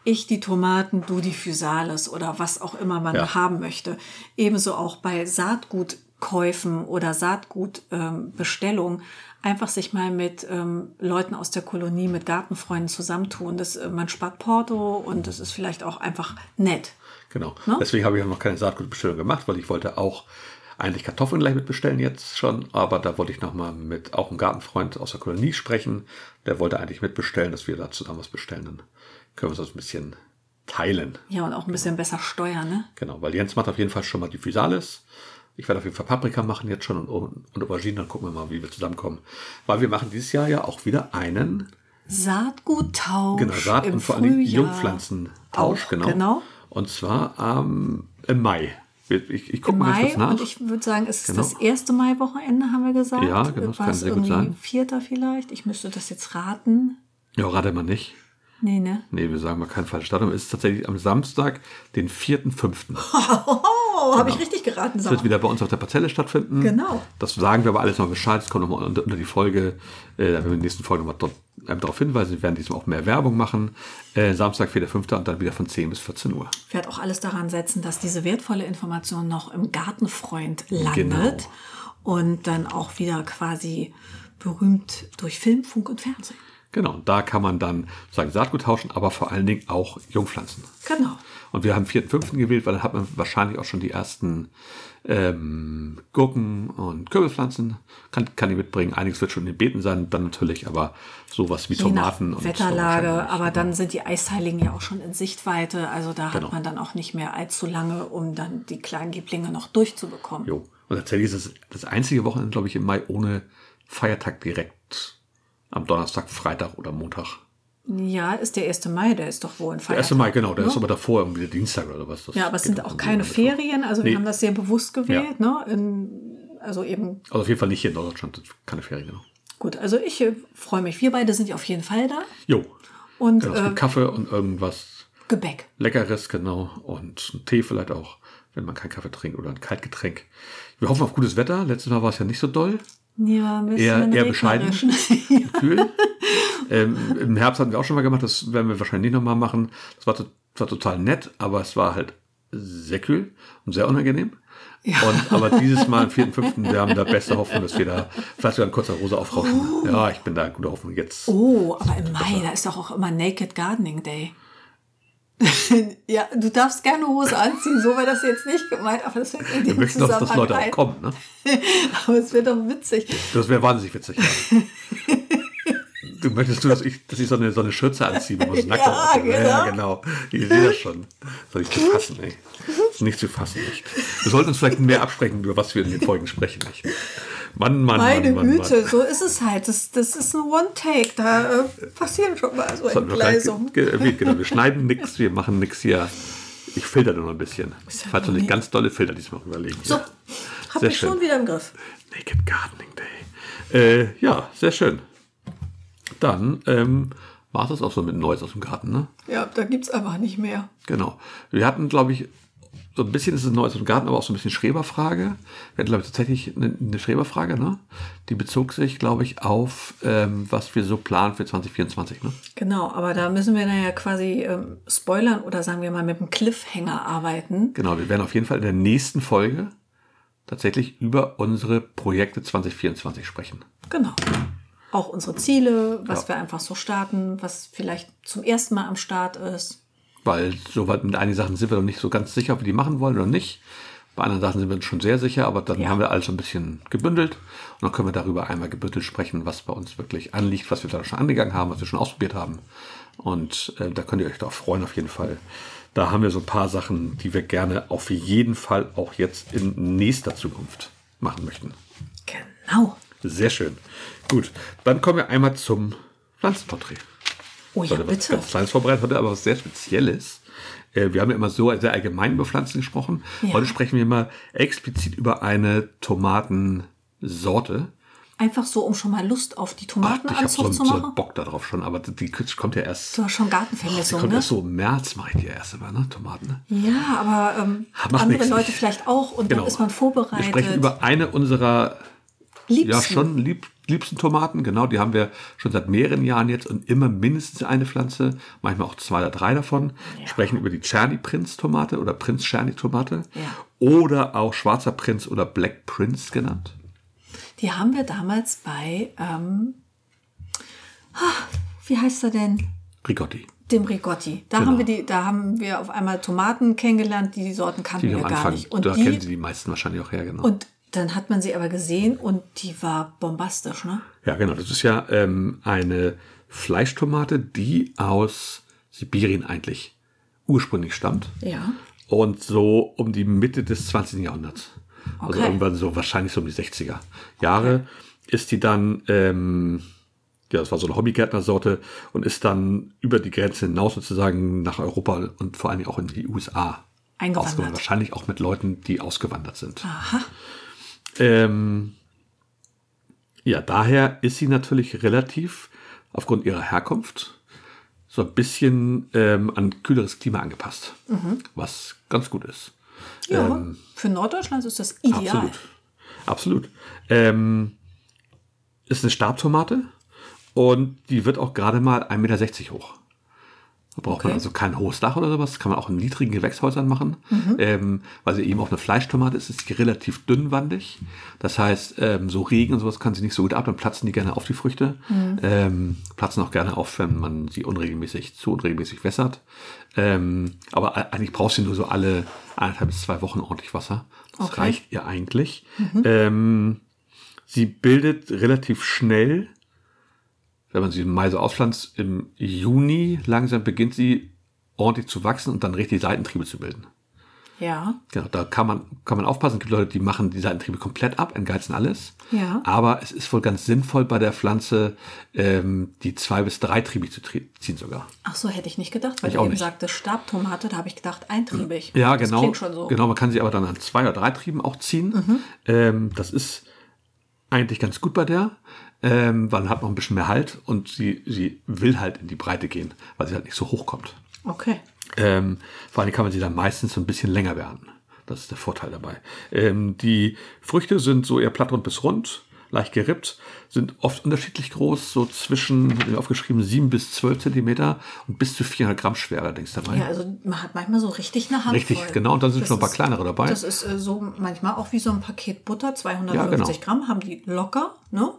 Speaker 1: ich die Tomaten, du die Physalis oder was auch immer man
Speaker 2: Ja.
Speaker 1: haben möchte. Ebenso auch bei Saatgutkäufen oder Saatgutbestellungen. Einfach sich mal mit ähm, Leuten aus der Kolonie, mit Gartenfreunden zusammentun. Das, äh, man spart Porto und das ist vielleicht auch einfach nett.
Speaker 2: Genau.
Speaker 1: Ne?
Speaker 2: Deswegen habe ich auch noch keine Saatgutbestellung gemacht, weil ich wollte auch eigentlich Kartoffeln gleich mitbestellen jetzt schon, aber da wollte ich nochmal mit auch einem Gartenfreund aus der Kolonie sprechen. Der wollte eigentlich mitbestellen, dass wir da zusammen was bestellen. Dann können wir uns das ein bisschen teilen.
Speaker 1: Ja, und auch ein bisschen besser steuern, ne?
Speaker 2: Genau, weil Jens macht auf jeden Fall schon mal die Physalis. Ich werde auf jeden Fall Paprika machen jetzt schon und, und Auberginen, dann gucken wir mal, wie wir zusammenkommen. Weil wir machen dieses Jahr ja auch wieder einen
Speaker 1: Saatguttausch.
Speaker 2: genau, Saat-
Speaker 1: im
Speaker 2: und vor allem
Speaker 1: Frühjahr.
Speaker 2: Jungpflanzentausch,
Speaker 1: Auch,
Speaker 2: genau.
Speaker 1: genau.
Speaker 2: Und zwar am- im Mai. Ich, ich, ich gucke mal ganz
Speaker 1: Mai
Speaker 2: kurz nach.
Speaker 1: und ich würde sagen, es ist
Speaker 2: Genau.
Speaker 1: das erste Mai-Wochenende, haben wir gesagt.
Speaker 2: Ja, genau, das
Speaker 1: War
Speaker 2: kann
Speaker 1: es
Speaker 2: sehr gut
Speaker 1: irgendwie
Speaker 2: sein.
Speaker 1: Vierter vielleicht? Ich müsste das jetzt raten.
Speaker 2: ja, rate mal nicht.
Speaker 1: Nee, ne?
Speaker 2: Nee, wir sagen mal kein falsches Datum. Es ist tatsächlich am Samstag, den 4.5.
Speaker 1: Oh, habe ich richtig geraten,
Speaker 2: Das Genau. wird
Speaker 1: Sommer.
Speaker 2: wieder bei uns auf der Parzelle stattfinden.
Speaker 1: Genau.
Speaker 2: Das sagen wir aber alles noch Bescheid. Das kommt nochmal unter, unter die Folge. Äh, da werden wir in der nächsten Folge nochmal ähm, darauf hinweisen. Wir werden diesmal auch mehr Werbung machen. Äh, Samstag, 4.5. und dann wieder von 10 bis 14 Uhr.
Speaker 1: Ich werde auch alles daran setzen, dass diese wertvolle Information noch im Gartenfreund landet
Speaker 2: Genau.
Speaker 1: und dann auch wieder quasi berühmt durch Film, Funk und Fernsehen.
Speaker 2: Genau. Und da kann man dann sagen Saatgut tauschen, aber vor allen Dingen auch Jungpflanzen.
Speaker 1: Genau.
Speaker 2: Und wir haben 4.5. gewählt, weil dann hat man wahrscheinlich auch schon die ersten ähm, Gurken und Kürbispflanzen. Kann, kann die mitbringen. Einiges wird schon in den Beeten sein, dann natürlich, aber sowas wie
Speaker 1: Je
Speaker 2: Tomaten
Speaker 1: nach
Speaker 2: und so
Speaker 1: Wetterlage,
Speaker 2: wahrscheinlich.
Speaker 1: aber dann sind die Eisheiligen ja auch schon in Sichtweite. Also da
Speaker 2: Genau.
Speaker 1: hat man dann auch nicht mehr allzu lange, um dann die kleinen Lieblinge noch durchzubekommen.
Speaker 2: Jo. Und tatsächlich ist es das einzige Wochenende, glaube ich, im Mai ohne Feiertag direkt am Donnerstag, Freitag oder Montag.
Speaker 1: Ja, ist der 1. Mai, der ist doch wohl ein Feiertag.
Speaker 2: Der 1. Mai, genau, der
Speaker 1: ne?
Speaker 2: ist aber davor irgendwie der Dienstag oder was. Das
Speaker 1: Ja, aber es
Speaker 2: geht
Speaker 1: sind
Speaker 2: dann
Speaker 1: auch
Speaker 2: irgendwie
Speaker 1: keine
Speaker 2: damit vor.
Speaker 1: Ferien. Also wir
Speaker 2: Nee.
Speaker 1: haben das sehr bewusst gewählt. Ne? In, also eben
Speaker 2: Also auf jeden Fall nicht hier in Deutschland, keine Ferien, genau.
Speaker 1: gut. Also ich äh, freue mich. Wir beide sind ja auf jeden Fall da.
Speaker 2: Jo.
Speaker 1: Und
Speaker 2: Genau, es
Speaker 1: äh,
Speaker 2: gibt Kaffee und irgendwas
Speaker 1: Gebäck.
Speaker 2: Leckeres, genau. Und einen Tee vielleicht auch, wenn man keinen Kaffee trinkt oder ein Kaltgetränk. Wir hoffen auf gutes Wetter. Letztes Mal war es ja nicht so doll.
Speaker 1: Ja, ein bisschen
Speaker 2: Eher, eher bescheiden
Speaker 1: regnerisch.
Speaker 2: und kühl. (laughs) ähm, Im Herbst hatten wir auch schon mal gemacht, das werden wir wahrscheinlich nicht nochmal machen. Das war, to war total nett, aber es war halt sehr kühl und sehr unangenehm. Und, aber dieses Mal am 4.5. wir haben da beste Hoffnung, dass wir da vielleicht sogar in kurzer Hose aufrauschen. Ja, ich bin da guter Hoffnung
Speaker 1: (laughs)
Speaker 2: jetzt.
Speaker 1: Oh, aber im Mai, da ist doch auch immer Naked Gardening Day. (laughs) ja, du darfst gerne Hose anziehen, so war das jetzt nicht gemeint, aber das fällt in
Speaker 2: wir
Speaker 1: dem
Speaker 2: möchten doch,
Speaker 1: Zusammenhang
Speaker 2: dass Leute auch
Speaker 1: ein.
Speaker 2: kommen. Ne?
Speaker 1: Aber es wird doch witzig.
Speaker 2: Das wäre wahnsinnig witzig. Ja.
Speaker 1: (laughs)
Speaker 2: Du möchtest du, dass ich, dass ich so eine, so eine Schürze anziehe, wo
Speaker 1: (laughs)
Speaker 2: man es nackt
Speaker 1: Ja,
Speaker 2: aussieht? Ja, genau. Ich sehe das schon. Soll ich zu fassen, ey. Das ist nicht zu fassen, echt. Wir sollten uns vielleicht mehr absprechen, über was wir in den Folgen sprechen, echt. Mann, Mann,
Speaker 1: Meine
Speaker 2: Mann, Mann,
Speaker 1: Güte,
Speaker 2: Mann.
Speaker 1: so ist es halt. Das, das ist ein One-Take. Da äh, passieren schon mal so
Speaker 2: Das hatten wir gar nicht
Speaker 1: Entgleisungen.
Speaker 2: ge- ge- erwähnt, genau. Wir schneiden nichts, wir machen nichts hier. Ich filter nur noch ein bisschen.
Speaker 1: ja
Speaker 2: Falls du
Speaker 1: noch
Speaker 2: nicht
Speaker 1: nie-
Speaker 2: ganz dolle Filter diesmal überlegen.
Speaker 1: So,
Speaker 2: Ja.
Speaker 1: hab
Speaker 2: Sehr
Speaker 1: ich
Speaker 2: schön.
Speaker 1: schon wieder im Griff.
Speaker 2: Naked Gardening Day. Äh, ja, sehr schön. Dann ähm, war es das auch so mit Neues aus dem Garten, ne?
Speaker 1: Ja, da gibt's einfach nicht mehr.
Speaker 2: Genau. Wir hatten, glaube ich, so ein bisschen ist es Neues aus dem Garten, aber auch so ein bisschen Schreberfrage. Wir hatten, glaube ich, tatsächlich eine, eine Schreberfrage, ne? Die bezog sich, glaube ich, auf, ähm, was wir so planen für 2024, ne?
Speaker 1: Genau, aber da müssen wir dann ja quasi ähm, spoilern oder sagen wir mal mit einem Cliffhanger arbeiten.
Speaker 2: Genau, wir werden auf jeden Fall in der nächsten Folge tatsächlich über unsere Projekte 2024 sprechen.
Speaker 1: Genau. Auch unsere Ziele, was
Speaker 2: Ja.
Speaker 1: wir einfach so starten, was vielleicht zum ersten Mal am Start ist.
Speaker 2: Weil soweit mit einigen Sachen sind wir noch nicht so ganz sicher, ob wir die machen wollen oder nicht. Bei anderen Sachen sind wir uns schon sehr sicher, aber dann
Speaker 1: Ja.
Speaker 2: haben wir alles so ein bisschen gebündelt. Und dann können wir darüber einmal gebündelt sprechen, was bei uns wirklich anliegt, was wir da schon angegangen haben, was wir schon ausprobiert haben. Und äh, da könnt ihr euch doch freuen auf jeden Fall. Da haben wir so ein paar Sachen, die wir gerne auf jeden Fall auch jetzt in nächster Zukunft machen möchten.
Speaker 1: Genau.
Speaker 2: Sehr schön. Gut, dann kommen wir einmal zum Pflanzenporträt.
Speaker 1: Oh ja,
Speaker 2: Heute was
Speaker 1: bitte.
Speaker 2: ganz Kleines vorbereitet, heute aber was sehr Spezielles. Äh, Wir haben ja immer so sehr allgemein über Pflanzen gesprochen.
Speaker 1: Ja.
Speaker 2: Heute sprechen wir mal explizit über eine Tomatensorte.
Speaker 1: Einfach so, um schon mal Lust auf die
Speaker 2: ich habe so,
Speaker 1: Tomatenanzucht
Speaker 2: einen-
Speaker 1: zu
Speaker 2: so einen
Speaker 1: machen.
Speaker 2: Bock darauf schon, aber die kommt ja erst.
Speaker 1: Du hast schon
Speaker 2: Die
Speaker 1: Gartenvermessung,
Speaker 2: kommt
Speaker 1: ne?
Speaker 2: erst so im März, mache ich die erst immer, ne? Tomaten. Ne?
Speaker 1: Ja, aber ähm,
Speaker 2: Macht
Speaker 1: andere
Speaker 2: nichts.
Speaker 1: Leute vielleicht auch und dann ist man
Speaker 2: Genau. Wir sprechen
Speaker 1: vorbereitet.
Speaker 2: über eine unserer
Speaker 1: Liebsten.
Speaker 2: Ja, schon lieb, liebsten Tomaten, genau. Die haben wir schon seit mehreren Jahren jetzt und immer mindestens eine Pflanze, manchmal auch zwei oder drei davon. Sprechen über die Czerny-Prinz-Tomate oder Prinz-Czerny-Tomate
Speaker 1: Ja.
Speaker 2: oder auch Schwarzer Prinz oder Black Prince genannt.
Speaker 1: Die haben wir damals bei, ähm, ah, wie heißt er denn?
Speaker 2: Ricotti,
Speaker 1: Dem Rigotti. Da
Speaker 2: Genau.
Speaker 1: haben wir die, da haben wir auf einmal Tomaten kennengelernt, die Sorten kannten
Speaker 2: die wir
Speaker 1: wir
Speaker 2: am
Speaker 1: gar
Speaker 2: Anfang,
Speaker 1: nicht. Und
Speaker 2: da kennen
Speaker 1: die,
Speaker 2: sie die meisten wahrscheinlich auch her, genau.
Speaker 1: und dann hat man sie aber gesehen und die war bombastisch, ne?
Speaker 2: Ja, genau. Das ist ja ähm, eine Fleischtomate, die aus Sibirien eigentlich ursprünglich stammt.
Speaker 1: Ja.
Speaker 2: Und so um die Mitte des 20. Jahrhunderts. Also
Speaker 1: Okay.
Speaker 2: irgendwann so wahrscheinlich so um die 60er Jahre ist die dann, ähm, ja, das war so eine Hobbygärtnersorte und ist dann über die Grenze hinaus sozusagen nach Europa und vor allen Dingen auch in die USA
Speaker 1: Eingewandert.
Speaker 2: ausgewandert. Wahrscheinlich auch mit Leuten, die ausgewandert sind.
Speaker 1: Aha.
Speaker 2: Ähm, ja, daher ist sie natürlich relativ aufgrund ihrer Herkunft so ein bisschen ähm, an kühleres Klima angepasst,
Speaker 1: Mhm.
Speaker 2: was ganz gut ist.
Speaker 1: Ja, für Norddeutschland ist das ideal.
Speaker 2: Ähm. Absolut. Absolut. Ähm, ist eine Stabtomate und die wird auch gerade mal 1,60 Meter hoch. Da braucht man
Speaker 1: Okay.
Speaker 2: also kein hohes Dach oder sowas. Das kann man auch in niedrigen Gewächshäusern machen.
Speaker 1: Mhm.
Speaker 2: Ähm, weil sie eben auch eine Fleischtomate ist, ist die relativ dünnwandig. Das heißt, ähm, so Regen und sowas kann sie nicht so gut ab. Dann platzen die gerne auf die Früchte.
Speaker 1: Mhm.
Speaker 2: Ähm, platzen auch gerne auf, wenn man sie unregelmäßig, zu unregelmäßig wässert. Ähm, aber e- eigentlich braucht sie nur so alle eineinhalb bis zwei Wochen ordentlich Wasser. Das
Speaker 1: Okay. Mhm.
Speaker 2: reicht ihr eigentlich. Ähm, sie bildet relativ schnell wenn man sie im Mai so auspflanzt, im Juni langsam beginnt sie ordentlich zu wachsen und dann richtig Seitentriebe zu bilden.
Speaker 1: Ja.
Speaker 2: Genau, da kann man, kann man aufpassen. Es gibt Leute, die machen die Seitentriebe komplett ab, entgeizen alles.
Speaker 1: Ja.
Speaker 2: Aber es ist wohl ganz sinnvoll bei der Pflanze, ähm, die zwei bis drei Triebe zu tri- ziehen sogar.
Speaker 1: Ach so, hätte ich nicht gedacht, weil
Speaker 2: Ich
Speaker 1: du
Speaker 2: auch
Speaker 1: eben
Speaker 2: nicht.
Speaker 1: sagte Stabtomate, da habe ich gedacht, eintriebig.
Speaker 2: Ja,
Speaker 1: das
Speaker 2: genau.
Speaker 1: Klingt schon so. Mhm.
Speaker 2: Genau, man kann sie aber dann an zwei oder drei Trieben auch ziehen. Ähm, das ist eigentlich ganz gut bei der, ähm, weil man hat noch ein bisschen mehr Halt und sie, sie will halt in die Breite gehen, weil sie halt nicht so hoch kommt.
Speaker 1: Okay.
Speaker 2: Ähm, vor allem kann man sie dann meistens so ein bisschen länger werden. Das ist der Vorteil dabei. Ähm, die Früchte sind so eher plattrund bis rund, leicht gerippt, sind oft unterschiedlich groß, so zwischen, hab ich mir aufgeschrieben, 7 bis 12 Zentimeter und bis zu 400 Gramm schwer allerdings dabei.
Speaker 1: Ja, also man hat manchmal so richtig eine Hand.
Speaker 2: Richtig,
Speaker 1: voll.
Speaker 2: genau. Und dann sind
Speaker 1: Das
Speaker 2: schon ein paar
Speaker 1: ist-
Speaker 2: kleinere dabei.
Speaker 1: Das ist äh, so manchmal auch wie so ein Paket Butter, 250
Speaker 2: Ja, genau.
Speaker 1: Gramm haben die locker, ne?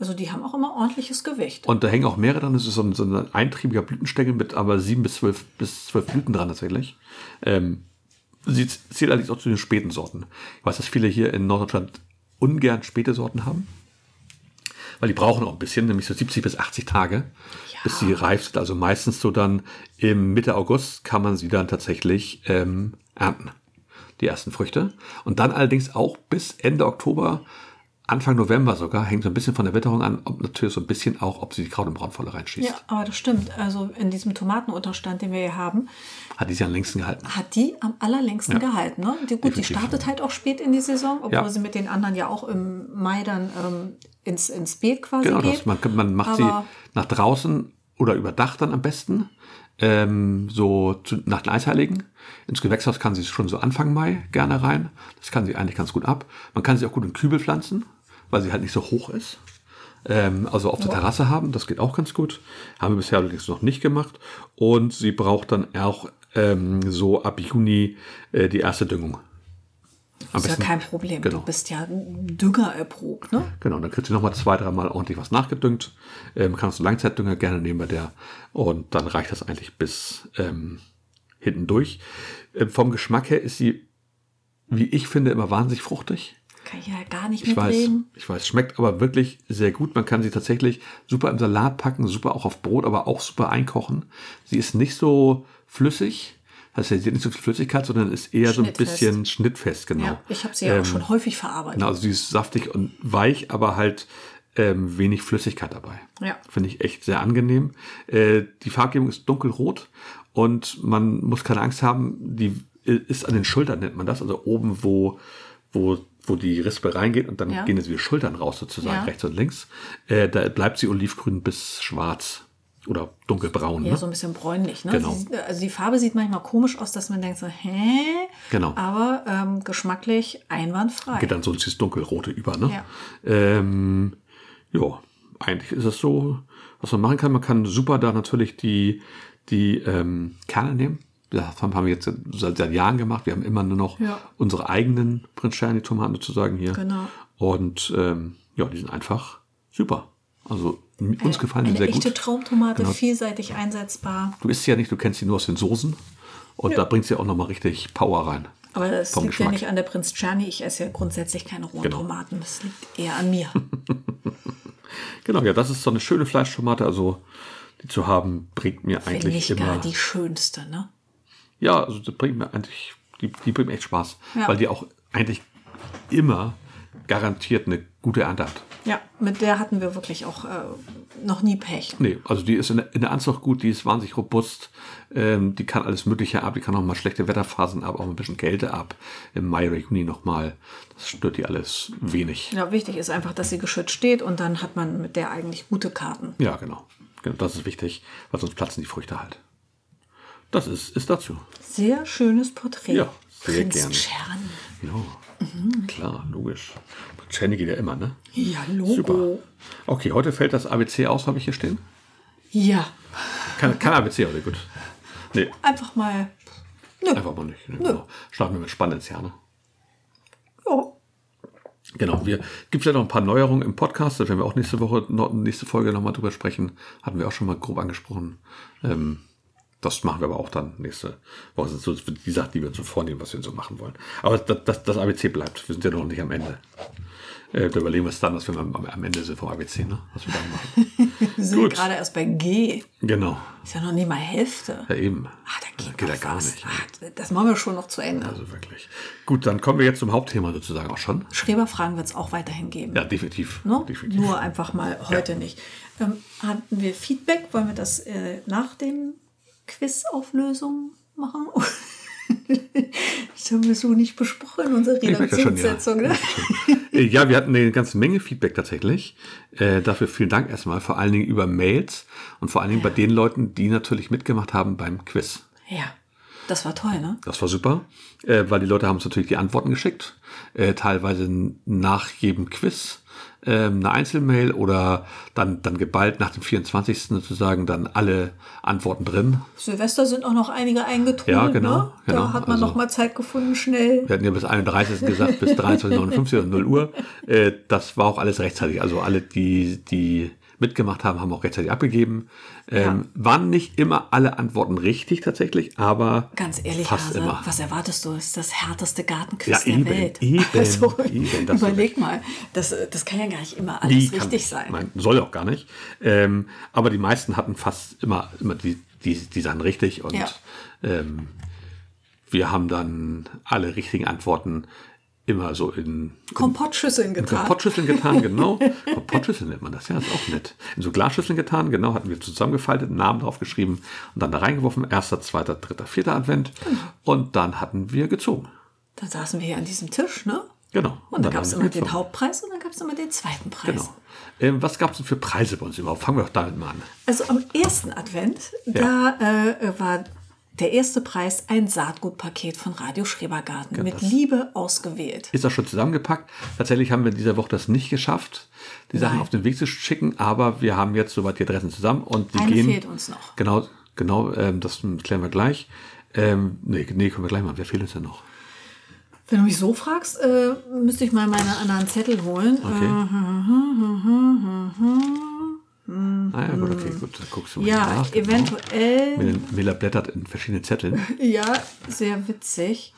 Speaker 1: Also die haben auch immer ordentliches Gewicht.
Speaker 2: Und da hängen auch mehrere dran. Das ist so ein, so ein eintriebiger Blütenstängel mit aber sieben bis zwölf, bis zwölf Blüten dran tatsächlich. Ähm, sie z- zählt allerdings auch zu den späten Sorten. Ich weiß, dass viele hier in Norddeutschland ungern späte Sorten haben. Weil die brauchen auch ein bisschen, nämlich so 70 bis 80 Tage, bis sie reif sind. Also meistens so dann im Mitte August kann man sie dann tatsächlich ähm, ernten, die ersten Früchte. Und dann allerdings auch bis Ende Oktober, Anfang November sogar, hängt so ein bisschen von der Witterung an, ob natürlich so ein bisschen auch, ob sie die Kraut- und Braunvolle reinschießt.
Speaker 1: ja, aber das stimmt. Also in diesem Tomatenunterstand, den wir hier haben,
Speaker 2: Hat die sie am längsten gehalten.
Speaker 1: hat die am allerlängsten
Speaker 2: Ja.
Speaker 1: gehalten. Ne? Die, gut,
Speaker 2: Definitiv.
Speaker 1: die startet halt auch spät in die Saison, obwohl
Speaker 2: Ja.
Speaker 1: sie mit den anderen ja auch im Mai dann ähm, ins, ins Beet quasi
Speaker 2: Genau,
Speaker 1: geht.
Speaker 2: das, man, man macht sie
Speaker 1: Aber-
Speaker 2: nach draußen oder über Dach dann am besten. Ähm, so zu, nach den Eisheiligen. Ins Gewächshaus kann sie schon so Anfang Mai gerne rein. Das kann sie eigentlich ganz gut ab. Man kann sie auch gut in Kübel pflanzen, weil sie halt nicht so hoch ist. Ähm, also auf der Terrasse haben, das geht auch ganz gut. Haben wir bisher allerdings noch nicht gemacht. Und sie braucht dann auch ähm, so ab Juni äh, die erste Düngung. Am
Speaker 1: ist ja
Speaker 2: besten-
Speaker 1: kein Problem.
Speaker 2: Genau.
Speaker 1: Du bist ja Dünger erprobt, ne?
Speaker 2: Genau, dann kriegt sie nochmal zwei, dreimal ordentlich was nachgedüngt. Ähm, kannst du Langzeitdünger gerne nehmen bei der. Und dann reicht das eigentlich bis ähm, hinten durch. Ähm, vom Geschmack her ist sie wie ich finde, immer wahnsinnig fruchtig.
Speaker 1: Kann ich ja gar nicht
Speaker 2: Ich weiß,
Speaker 1: mitreden.
Speaker 2: ich weiß, schmeckt aber wirklich sehr gut. Man kann sie tatsächlich super im Salat packen, super auch auf Brot, aber auch super einkochen. Sie ist nicht so flüssig, das heißt, sie hat nicht so viel Flüssigkeit, sondern ist eher so ein
Speaker 1: Schnittfest.
Speaker 2: bisschen schnittfest, genau.
Speaker 1: Ja, ich habe sie ja
Speaker 2: Ähm,
Speaker 1: auch schon häufig verarbeitet.
Speaker 2: Genau, also sie ist saftig und weich, aber halt ähm, wenig Flüssigkeit dabei.
Speaker 1: Ja.
Speaker 2: Finde ich echt sehr angenehm. Äh, die Farbgebung ist dunkelrot und man muss keine Angst haben, die ist an den Schultern, nennt man das. Also oben, wo, wo, wo die Rispe reingeht und dann
Speaker 1: Ja.
Speaker 2: gehen jetzt wieder Schultern raus, sozusagen,
Speaker 1: Ja.
Speaker 2: rechts und links. Äh, da bleibt sie olivgrün bis schwarz oder dunkelbraun.
Speaker 1: Ja,
Speaker 2: ne?
Speaker 1: so ein bisschen bräunlich. Ne?
Speaker 2: Genau.
Speaker 1: Sie, also die Farbe sieht manchmal komisch aus, dass man denkt so, hä?
Speaker 2: Genau.
Speaker 1: Aber ähm, geschmacklich einwandfrei.
Speaker 2: geht dann so dieses dunkelrote über, ne?
Speaker 1: Ja.
Speaker 2: Ähm, ja, eigentlich ist es so, was man machen kann. Man kann super da natürlich die, die ähm, Kerne nehmen. Das haben wir jetzt seit, seit Jahren gemacht. Wir haben immer nur noch
Speaker 1: Ja.
Speaker 2: unsere eigenen Prinzschani-Tomaten sozusagen hier.
Speaker 1: Genau.
Speaker 2: Und ähm, ja, die sind einfach super. Also m- uns gefallen die
Speaker 1: Eine
Speaker 2: sehr
Speaker 1: echte
Speaker 2: gut.
Speaker 1: Traumtomate,
Speaker 2: Genau.
Speaker 1: vielseitig einsetzbar.
Speaker 2: Du isst sie ja nicht, du kennst sie nur aus den Soßen. Und da bringt sie auch nochmal richtig Power rein.
Speaker 1: Aber das
Speaker 2: Vom
Speaker 1: liegt ja
Speaker 2: Geschmack.
Speaker 1: nicht an der Prinz Czerny. Ich esse ja grundsätzlich keine rohen
Speaker 2: Genau.
Speaker 1: Tomaten. Das liegt eher an mir.
Speaker 2: Genau, ja, das ist so eine schöne Fleischtomate. Also die zu haben, bringt mir
Speaker 1: Wenn
Speaker 2: (laughs) eigentlich
Speaker 1: nicht
Speaker 2: immer.
Speaker 1: gar die schönste, ne?
Speaker 2: Ja, also das bringt mir eigentlich, die, die bringt mir echt Spaß,
Speaker 1: Ja.
Speaker 2: weil die auch eigentlich immer garantiert eine gute Ernte hat.
Speaker 1: Ja, mit der hatten wir wirklich auch äh, noch nie Pech.
Speaker 2: Nee, also die ist in der, in der Anzucht gut, die ist wahnsinnig robust, ähm, die kann alles Mögliche ab, die kann auch mal schlechte Wetterphasen ab, auch ein bisschen Kälte ab, im Mai oder Juni nochmal. Das stört die alles wenig.
Speaker 1: Ja, wichtig ist einfach, dass sie geschützt steht und dann hat man mit der eigentlich gute Karten.
Speaker 2: Ja, genau. genau. Das ist wichtig, weil sonst platzen die Früchte halt. Das ist, ist dazu.
Speaker 1: Sehr schönes Porträt.
Speaker 2: Ja, sehr
Speaker 1: Prinz
Speaker 2: gerne.
Speaker 1: Czerny.
Speaker 2: Ja, klar, logisch. Jenny geht ja immer, ne?
Speaker 1: Ja, Logo.
Speaker 2: Super. Okay, heute fällt das ABC aus, habe ich hier stehen.
Speaker 1: Ja,
Speaker 2: Kein, kein ABC heute, gut. Nee,
Speaker 1: einfach mal.
Speaker 2: einfach mal nicht. Nee, genau. Starten wir mit Spannend ins Jahr, ne?
Speaker 1: Ja.
Speaker 2: Genau, wir gibt vielleicht noch ein paar Neuerungen im Podcast, da werden wir auch nächste Woche, noch, nächste Folge nochmal drüber sprechen. Hatten wir auch schon mal grob angesprochen. Ähm, das machen wir aber auch dann nächste Woche. Das sind so die Sachen, die wir uns so vornehmen, was wir so machen wollen. Aber das, das, das ABC bleibt. Wir sind ja noch nicht am Ende. Äh, da überlegen wir es dann, dass wir am, am- am Ende sind vom ABC, ne? Was wir dann machen.
Speaker 1: Wir sind ja
Speaker 2: Gut.
Speaker 1: gerade erst bei G.
Speaker 2: genau.
Speaker 1: Ist ja noch nicht mal Hälfte.
Speaker 2: Ja, eben.
Speaker 1: Ah, da geht,
Speaker 2: ja
Speaker 1: noch was. Ah, das machen wir schon noch zu Ende.
Speaker 2: Also wirklich. Gut, dann kommen wir jetzt zum Hauptthema sozusagen auch schon.
Speaker 1: Schreberfragen wird es auch weiterhin geben.
Speaker 2: Ja, definitiv.
Speaker 1: Ne?
Speaker 2: definitiv.
Speaker 1: Nur einfach mal heute nicht. Ähm, hatten wir Feedback? Wollen wir das äh, nach dem Quizauflösung machen? (laughs) das haben wir so nicht besprochen in unserer
Speaker 2: Ich merke das schon, ja.
Speaker 1: Redaktionssitzung. Ne?
Speaker 2: Äh, Ja, wir hatten eine ganze Menge Feedback tatsächlich. Äh, dafür vielen Dank erstmal, vor allen Dingen über Mails und vor allen Dingen bei den Leuten, die natürlich mitgemacht haben beim Quiz.
Speaker 1: ja, das war toll, ne?
Speaker 2: Das war super, äh, weil die Leute haben uns natürlich die Antworten geschickt, äh, teilweise n- nach jedem Quiz ähm, eine Einzelmail oder dann, dann geballt nach dem 24. sozusagen dann alle Antworten drin.
Speaker 1: Silvester sind auch noch einige eingetrudelt.
Speaker 2: Ja, genau,
Speaker 1: Ne? Da
Speaker 2: genau.
Speaker 1: hat man
Speaker 2: Also-
Speaker 1: noch mal Zeit gefunden, schnell.
Speaker 2: Wir hatten ja bis 31. gesagt, bis 23.59 und 0 Uhr. Äh, das war auch alles rechtzeitig. Also alle, die, die mitgemacht haben, haben auch rechtzeitig abgegeben. Ähm, Waren nicht immer alle Antworten richtig tatsächlich, aber
Speaker 1: Ganz ehrlich,
Speaker 2: fast
Speaker 1: Hase,
Speaker 2: immer.
Speaker 1: was erwartest du? Ist das härteste
Speaker 2: Ja,
Speaker 1: Gartenquiz der
Speaker 2: eben,
Speaker 1: Welt.
Speaker 2: eben,
Speaker 1: (laughs) also,
Speaker 2: eben, das ist
Speaker 1: überleg mal, das, das kann ja gar nicht immer
Speaker 2: Die
Speaker 1: alles
Speaker 2: kann-
Speaker 1: richtig sein.
Speaker 2: Nein, soll auch gar nicht. Ähm, aber die meisten hatten fast immer, immer die, die, die Sachen richtig und
Speaker 1: Ja.
Speaker 2: ähm, wir haben dann alle richtigen Antworten immer so in
Speaker 1: Kompottschüsseln getan.
Speaker 2: Kompottschüsseln getan, genau. Kompottschüsseln nennt man das, ja, ist auch nett. In so Glasschüsseln getan, genau, hatten wir zusammengefaltet, Namen draufgeschrieben und dann da reingeworfen. Erster, zweiter, dritter, vierter Advent.
Speaker 1: Genau.
Speaker 2: Und dann hatten wir gezogen.
Speaker 1: Dann saßen wir hier an diesem Tisch, ne?
Speaker 2: Genau.
Speaker 1: Und dann
Speaker 2: haben
Speaker 1: gab es
Speaker 2: wir
Speaker 1: immer
Speaker 2: gezogen.
Speaker 1: den Hauptpreis und dann gab es immer den zweiten Preis.
Speaker 2: Genau. Ähm, was gab es denn für Preise bei uns überhaupt? Fangen wir doch damit mal an.
Speaker 1: Also am ersten Advent,
Speaker 2: Ja.
Speaker 1: da äh, war der erste Preis ein Saatgutpaket von Radio Schrebergarten mit
Speaker 2: Genau das-
Speaker 1: Liebe ausgewählt.
Speaker 2: Ist das schon zusammengepackt? Tatsächlich haben wir in dieser Woche das nicht geschafft, die Sachen
Speaker 1: Nein.
Speaker 2: auf den Weg zu schicken, aber wir haben jetzt soweit die Adressen zusammen und die
Speaker 1: Eine
Speaker 2: gehen.
Speaker 1: fehlt uns noch.
Speaker 2: Genau, genau, ähm, das klären wir gleich. Ähm, nee, nee, können wir gleich machen. Wer fehlt uns denn noch?
Speaker 1: Wenn du mich so fragst, äh, müsste ich mal meine anderen Zettel holen. Ähm,
Speaker 2: Okay. Ah, ja, gut, okay, gut. Dann guckst du
Speaker 1: Äh,
Speaker 2: mal
Speaker 1: ja,
Speaker 2: nach. genau.
Speaker 1: eventuell. (laughs)
Speaker 2: Mela- Mela blättert in verschiedene Zetteln. (laughs)
Speaker 1: Ja, sehr witzig.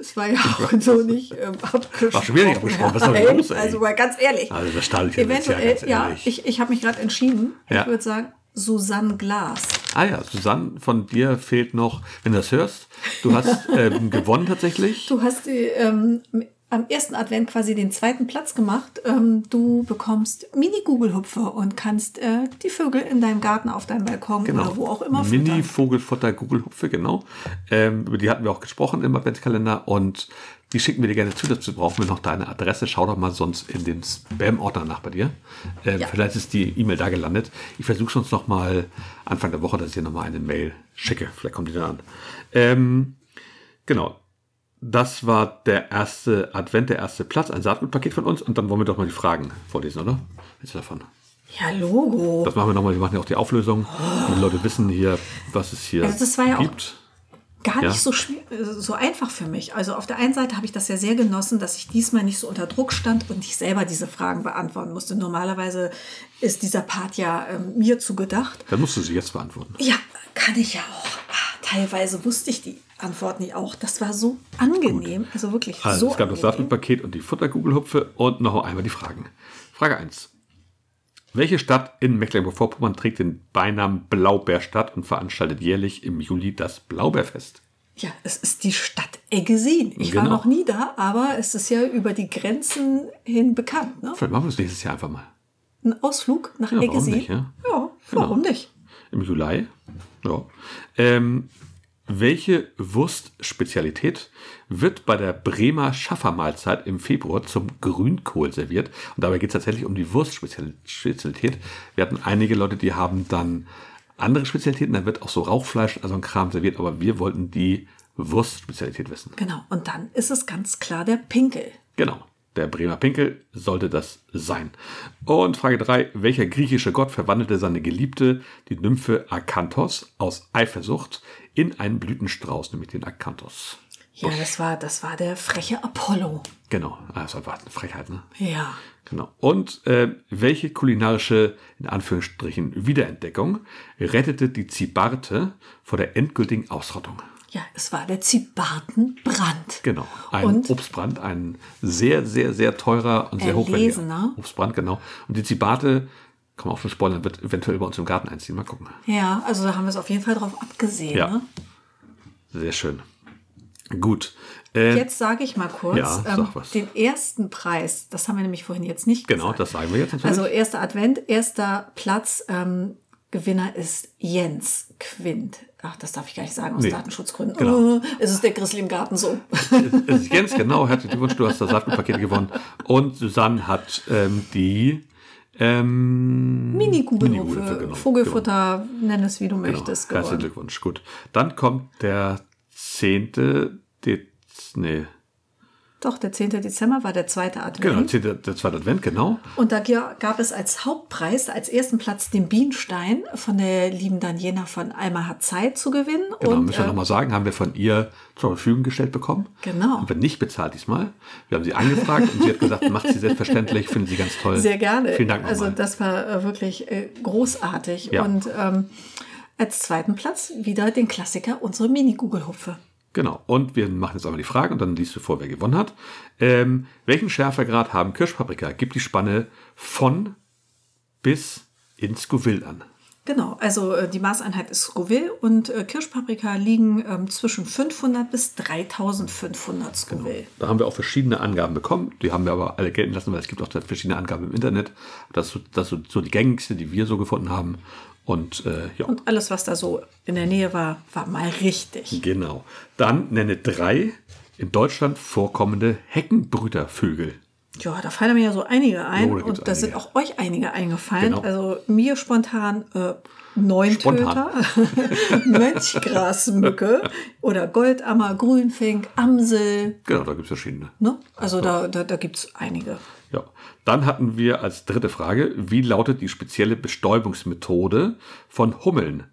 Speaker 1: Es war ja auch so nicht ähm, abgesprochen.
Speaker 2: War schon wieder nicht abgesprochen. Was soll
Speaker 1: Ey,
Speaker 2: los, ey?
Speaker 1: Also mal ganz ehrlich.
Speaker 2: Also das Stadion ist ja
Speaker 1: Eventuell,
Speaker 2: ganz
Speaker 1: ja,
Speaker 2: ehrlich.
Speaker 1: ich, ich habe mich gerade entschieden.
Speaker 2: Ja.
Speaker 1: Ich würde sagen, Susanne Glas.
Speaker 2: ah ja, Susanne, von dir fehlt noch, wenn du das hörst, du
Speaker 1: (laughs)
Speaker 2: hast ähm, gewonnen tatsächlich.
Speaker 1: Du hast die, ähm, am ersten Advent quasi den zweiten Platz gemacht. Ähm, du bekommst Mini-Google-Hüpfer und kannst äh, die Vögel in deinem Garten, auf deinem Balkon oder wo auch immer
Speaker 2: Genau. Mini
Speaker 1: füttern.
Speaker 2: Vogelfutter Google Hupfe, genau. Ähm, über die hatten wir auch gesprochen im Adventskalender und die schicken wir dir gerne zu. Dazu brauchen wir noch deine Adresse. Schau doch mal sonst in den Spam-Ordner nach bei dir. Ähm,
Speaker 1: Ja.
Speaker 2: Vielleicht ist die E-Mail da gelandet. Ich versuche sonst noch mal Anfang der Woche, dass ich dir noch mal eine Mail schicke. Vielleicht kommt die dann an. Ähm, genau. Das war der erste Advent, der erste Platz, ein Saatgutpaket von uns. Und dann wollen wir doch mal die Fragen vorlesen, oder? Jetzt davon.
Speaker 1: Ja, Logo.
Speaker 2: Das machen wir nochmal. Wir machen ja auch die Auflösung. Die Leute wissen hier, was es hier
Speaker 1: Also das war ja auch-
Speaker 2: gibt.
Speaker 1: Gar
Speaker 2: Ja.
Speaker 1: nicht so, schwer, äh, so einfach für mich. Also auf der einen Seite habe ich das ja sehr genossen, dass ich diesmal nicht so unter Druck stand und ich selber diese Fragen beantworten musste. Normalerweise ist dieser Part ja ähm, mir zugedacht.
Speaker 2: Dann musst du sie jetzt beantworten.
Speaker 1: Ja, kann ich ja auch. Ah, Teilweise wusste ich die Antworten nicht auch. Das war so angenehm. Also wirklich
Speaker 2: Also
Speaker 1: so
Speaker 2: es gab das
Speaker 1: angenehm.
Speaker 2: Saatgutpaket und die Futterkugelhupfe und noch einmal die Fragen. Frage 1. Welche Stadt in Mecklenburg-Vorpommern trägt den Beinamen Blaubeerstadt und veranstaltet jährlich im Juli das Blaubeerfest?
Speaker 1: Ja, es ist die Stadt Eggesin. Ich war
Speaker 2: Genau.
Speaker 1: noch nie da, aber es ist ja über die Grenzen hin bekannt. Ne?
Speaker 2: Vielleicht machen wir es nächstes Jahr einfach mal.
Speaker 1: Ein Ausflug nach
Speaker 2: warum
Speaker 1: Eggesin.
Speaker 2: nicht, ja? Genau.
Speaker 1: Ja, warum nicht?
Speaker 2: Im Juli. Ja. Ähm, welche Wurstspezialität wird bei der Bremer Schaffermahlzeit im Februar zum Grünkohl serviert? Und dabei geht es tatsächlich um die Wurstspezialität. Wir hatten einige Leute, die haben dann andere Spezialitäten, da wird auch so Rauchfleisch, also ein Kram serviert, aber wir wollten die Wurstspezialität wissen.
Speaker 1: Genau. Und dann ist es ganz klar der Pinkel.
Speaker 2: Genau. Der Bremer Pinkel sollte das sein. Und Frage 3. Welcher griechische Gott verwandelte seine Geliebte, die Nymphe Akanthos, aus Eifersucht in einen Blütenstrauß, nämlich den Akanthos?
Speaker 1: Ja, das war, das war der freche Apollo.
Speaker 2: Genau. Ah, Das war einfach eine Frechheit, ne?
Speaker 1: Ja.
Speaker 2: Genau. Und äh, welche kulinarische, in Anführungsstrichen, Wiederentdeckung rettete die Zibarte vor der endgültigen Ausrottung?
Speaker 1: Ja, es war der Zibartenbrand.
Speaker 2: Genau. Ein
Speaker 1: Und-
Speaker 2: Obstbrand, ein sehr, sehr, sehr teurer und sehr hochwertiger
Speaker 1: Erlesener.
Speaker 2: Obstbrand, genau. Und die Zibate, kann man auch schon spoilern, wird eventuell bei uns im Garten einziehen. Mal gucken.
Speaker 1: Ja, also da haben wir es auf jeden Fall drauf abgesehen.
Speaker 2: Ja.
Speaker 1: Ne?
Speaker 2: Sehr schön. Gut. Äh,
Speaker 1: Jetzt sage ich mal kurz
Speaker 2: Ja, sag
Speaker 1: ähm,
Speaker 2: was.
Speaker 1: den ersten Preis. Das haben wir nämlich vorhin jetzt nicht
Speaker 2: genau,
Speaker 1: gesagt.
Speaker 2: das sagen wir jetzt natürlich.
Speaker 1: Also erster Advent, erster Platz. Ähm, Gewinner ist Jens Quint. Ach, das darf ich gar nicht sagen aus
Speaker 2: Nee.
Speaker 1: Datenschutzgründen.
Speaker 2: Genau.
Speaker 1: Äh, es ist der Grizzly im Garten so.
Speaker 2: (laughs) es ist Jens, genau. Herzlichen Glückwunsch, du hast das Saatgutpaket gewonnen. Und Susanne hat ähm, die ähm, Mini-Kugelhupfe,
Speaker 1: Mini-Kugelhupfe,
Speaker 2: genau,
Speaker 1: Vogelfutter, nenn es wie du möchtest.
Speaker 2: Genau. Herzlichen
Speaker 1: Gewonnen.
Speaker 2: Glückwunsch. Gut. Dann kommt der 10. Dez nee.
Speaker 1: Doch, der 10. Dezember war der zweite Advent.
Speaker 2: Genau, 10. der zweite Advent, genau.
Speaker 1: Und da g- gab es als Hauptpreis, als ersten Platz den Bienenstein von der lieben Daniela von Alma hat Zeit zu gewinnen.
Speaker 2: Genau,
Speaker 1: und
Speaker 2: müssen wir
Speaker 1: äh,
Speaker 2: nochmal sagen, haben wir von ihr zur Verfügung gestellt bekommen.
Speaker 1: Genau.
Speaker 2: Haben wir nicht bezahlt diesmal. Wir haben sie angefragt und sie hat gesagt, macht sie selbstverständlich, findet sie ganz toll.
Speaker 1: sehr gerne.
Speaker 2: Äh, Vielen Dank nochmal.
Speaker 1: Also das war äh, wirklich äh, großartig.
Speaker 2: Ja.
Speaker 1: Und ähm, als zweiten Platz wieder den Klassiker unsere Mini-Gugelhupfe.
Speaker 2: genau. Und wir machen jetzt einmal die Frage und dann liest du vor, wer gewonnen hat. Ähm, welchen Schärfegrad haben Kirschpaprika? Gibt die Spanne von bis in Scoville an.
Speaker 1: Genau, also äh, die Maßeinheit ist Scoville und äh, Kirschpaprika liegen ähm, zwischen 500 bis 3500 Scoville.
Speaker 2: Da haben wir auch verschiedene Angaben bekommen. Die haben wir aber alle gelten lassen, weil es gibt auch verschiedene Angaben im Internet. Das ist so, das ist so die gängigste, die wir so gefunden haben. Und äh, ja.
Speaker 1: Und alles, was da so in der Nähe war, war mal richtig.
Speaker 2: Genau. Dann nenne drei in Deutschland vorkommende Heckenbrütervögel.
Speaker 1: Ja, da fallen mir ja so einige ein
Speaker 2: Jo, da gibt's
Speaker 1: und da sind
Speaker 2: einige.
Speaker 1: auch euch einige eingefallen.
Speaker 2: Genau.
Speaker 1: Also mir spontan äh, Neuntöter, (laughs) Mönchgrasmücke oder Goldammer, Grünfink, Amsel.
Speaker 2: Genau, da gibt es verschiedene.
Speaker 1: Ne? Also da, da, da gibt es einige.
Speaker 2: Ja. Dann hatten wir als dritte Frage, wie lautet die spezielle Bestäubungsmethode von Hummeln,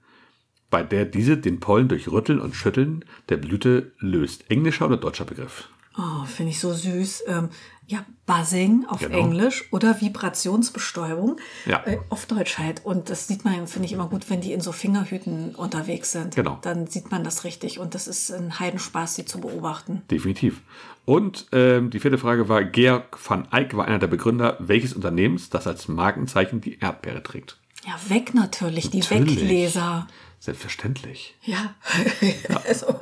Speaker 2: bei der diese den Pollen durch Rütteln und Schütteln der Blüte löst? Englischer oder deutscher Begriff?
Speaker 1: Oh, finde ich so süß. Ähm, ja, Buzzing auf
Speaker 2: Genau.
Speaker 1: Englisch oder Vibrationsbestäubung
Speaker 2: Ja.
Speaker 1: äh, auf Deutsch halt. Und das sieht man, finde ich, immer gut, wenn die in so Fingerhüten unterwegs sind.
Speaker 2: Genau.
Speaker 1: Dann sieht man das richtig. Und das ist ein Heidenspaß, die zu beobachten.
Speaker 2: Definitiv. Und ähm, die vierte Frage war, Georg van Eyck war einer der Begründer welches Unternehmens, das als Markenzeichen die Erdbeere trägt?
Speaker 1: Ja, weg natürlich, die
Speaker 2: Natürlich.
Speaker 1: Wegleser.
Speaker 2: Selbstverständlich.
Speaker 1: Ja. (laughs) also,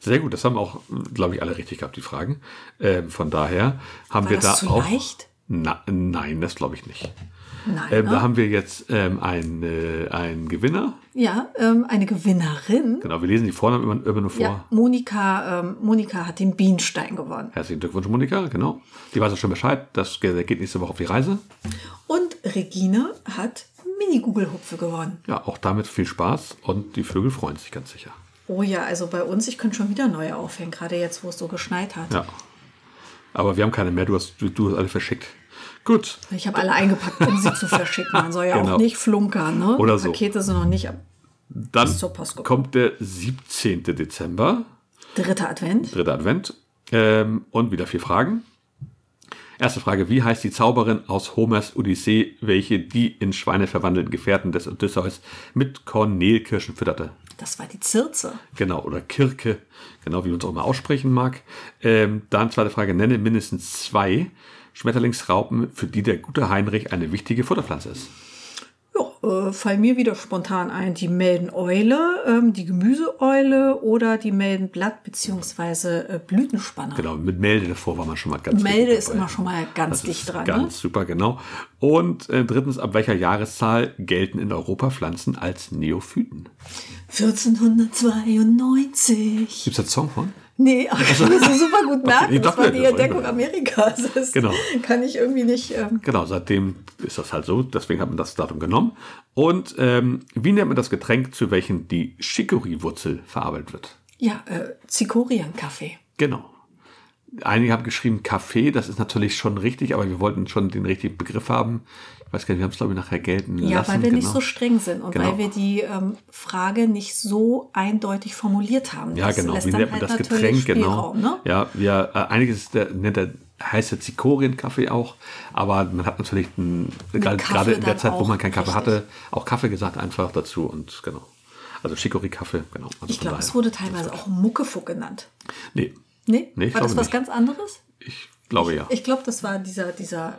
Speaker 2: Sehr gut, das haben auch, glaube ich, alle richtig gehabt, die Fragen. Ähm, von daher haben
Speaker 1: war
Speaker 2: wir da
Speaker 1: das zu
Speaker 2: auch.
Speaker 1: leicht?
Speaker 2: Na, nein, das glaube ich nicht.
Speaker 1: Nein.
Speaker 2: Ähm,
Speaker 1: ne?
Speaker 2: Da haben wir jetzt ähm, einen, äh, einen Gewinner.
Speaker 1: ja, ähm, eine Gewinnerin.
Speaker 2: Genau, wir lesen die Vornamen immer, immer nur vor.
Speaker 1: Ja, Monika, ähm, Monika hat den Bienenstein gewonnen.
Speaker 2: Herzlichen Glückwunsch, Monika, genau. Die weiß auch schon Bescheid. Das ge- geht nächste Woche auf die Reise.
Speaker 1: Und Regina hat Mini-Google-Hupfe gewonnen.
Speaker 2: Ja, auch damit viel Spaß und die Vögel freuen sich ganz sicher.
Speaker 1: Oh ja, also bei uns, ich könnte schon wieder neue aufhängen, gerade jetzt, wo es so geschneit hat.
Speaker 2: Ja. Aber wir haben keine mehr. Du hast, du, du hast alle verschickt. Gut.
Speaker 1: Ich habe alle eingepackt, um sie zu verschicken. Man
Speaker 2: (laughs)
Speaker 1: soll ja
Speaker 2: Genau.
Speaker 1: auch nicht flunkern, ne?
Speaker 2: Oder so.
Speaker 1: Pakete sind noch nicht am
Speaker 2: Dann
Speaker 1: zur Post gucken.
Speaker 2: kommt der 17. Dezember,
Speaker 1: dritter Advent.
Speaker 2: dritter Advent. Ähm, und wieder vier Fragen. Erste Frage: Wie heißt die Zauberin aus Homers Odyssee, welche die in Schweine verwandelten Gefährten des Odysseus mit Kornelkirschen fütterte?
Speaker 1: Das war die Zirze.
Speaker 2: Genau, oder Kirke, genau wie man es auch immer aussprechen mag. Ähm, dann zweite Frage, nenne mindestens zwei Schmetterlingsraupen, für die der gute Heinrich eine wichtige Futterpflanze ist.
Speaker 1: Ja, äh, fallen mir wieder spontan ein, die melden Eule, ähm, die Gemüseeule oder die melden Blatt- bzw. Äh, Blütenspanner.
Speaker 2: Genau, mit Melde davor war man schon mal ganz
Speaker 1: Melde
Speaker 2: richtig
Speaker 1: ist
Speaker 2: dabei.
Speaker 1: immer schon mal ganz
Speaker 2: das
Speaker 1: dicht
Speaker 2: ist
Speaker 1: dran.
Speaker 2: Ganz
Speaker 1: Ne?
Speaker 2: super, genau. Und äh, drittens, ab welcher Jahreszahl gelten in Europa Pflanzen als Neophyten?
Speaker 1: 1492.
Speaker 2: Gibt es da einen Song von?
Speaker 1: Nee, ach,
Speaker 2: Also-
Speaker 1: ich kann mir so super
Speaker 2: (laughs)
Speaker 1: gut merken,
Speaker 2: ich
Speaker 1: das
Speaker 2: dachte,
Speaker 1: war die
Speaker 2: das war
Speaker 1: Entdeckung
Speaker 2: immer-
Speaker 1: Amerikas. Das
Speaker 2: (laughs) Genau.
Speaker 1: kann ich irgendwie nicht. Ähm,
Speaker 2: Genau, seitdem ist das halt so, deswegen hat man das Datum genommen. Und ähm, wie nennt man das Getränk, zu welchem die Chicory-Wurzel verarbeitet wird?
Speaker 1: ja, äh, Zikorienkaffee.
Speaker 2: Genau. Einige haben geschrieben Kaffee, das ist natürlich schon richtig, aber wir wollten schon den richtigen Begriff haben. Ich weiß gar nicht, wir haben es glaube ich nachher gelten
Speaker 1: Ja,
Speaker 2: lassen.
Speaker 1: weil wir
Speaker 2: genau.
Speaker 1: nicht so streng sind und
Speaker 2: Genau.
Speaker 1: weil wir die ähm, Frage nicht so eindeutig formuliert haben.
Speaker 2: Ja,
Speaker 1: Das
Speaker 2: genau.
Speaker 1: lässt
Speaker 2: Wie
Speaker 1: dann
Speaker 2: nennt man
Speaker 1: halt
Speaker 2: das
Speaker 1: natürlich
Speaker 2: Getränk? Genau.
Speaker 1: Spielraum, Ne?
Speaker 2: Ja, wir, äh, einiges ist der, nennt er, heißt der Zikorienkaffee auch, aber man hat natürlich einen, gerade,
Speaker 1: Kaffee
Speaker 2: gerade in der
Speaker 1: dann
Speaker 2: Zeit, wo
Speaker 1: auch
Speaker 2: man keinen Kaffee
Speaker 1: richtig.
Speaker 2: hatte, auch Kaffee gesagt einfach dazu und genau. Also Chicory-Kaffee, genau. Also
Speaker 1: Ich
Speaker 2: von
Speaker 1: glaube,
Speaker 2: daher.
Speaker 1: es wurde teilweise auch Muckefuck genannt.
Speaker 2: Nee,
Speaker 1: Nee?
Speaker 2: Nee, ich
Speaker 1: war das
Speaker 2: glaube
Speaker 1: was
Speaker 2: nicht.
Speaker 1: ganz anderes?
Speaker 2: ich glaube ja.
Speaker 1: Ich glaube, das war dieser, dieser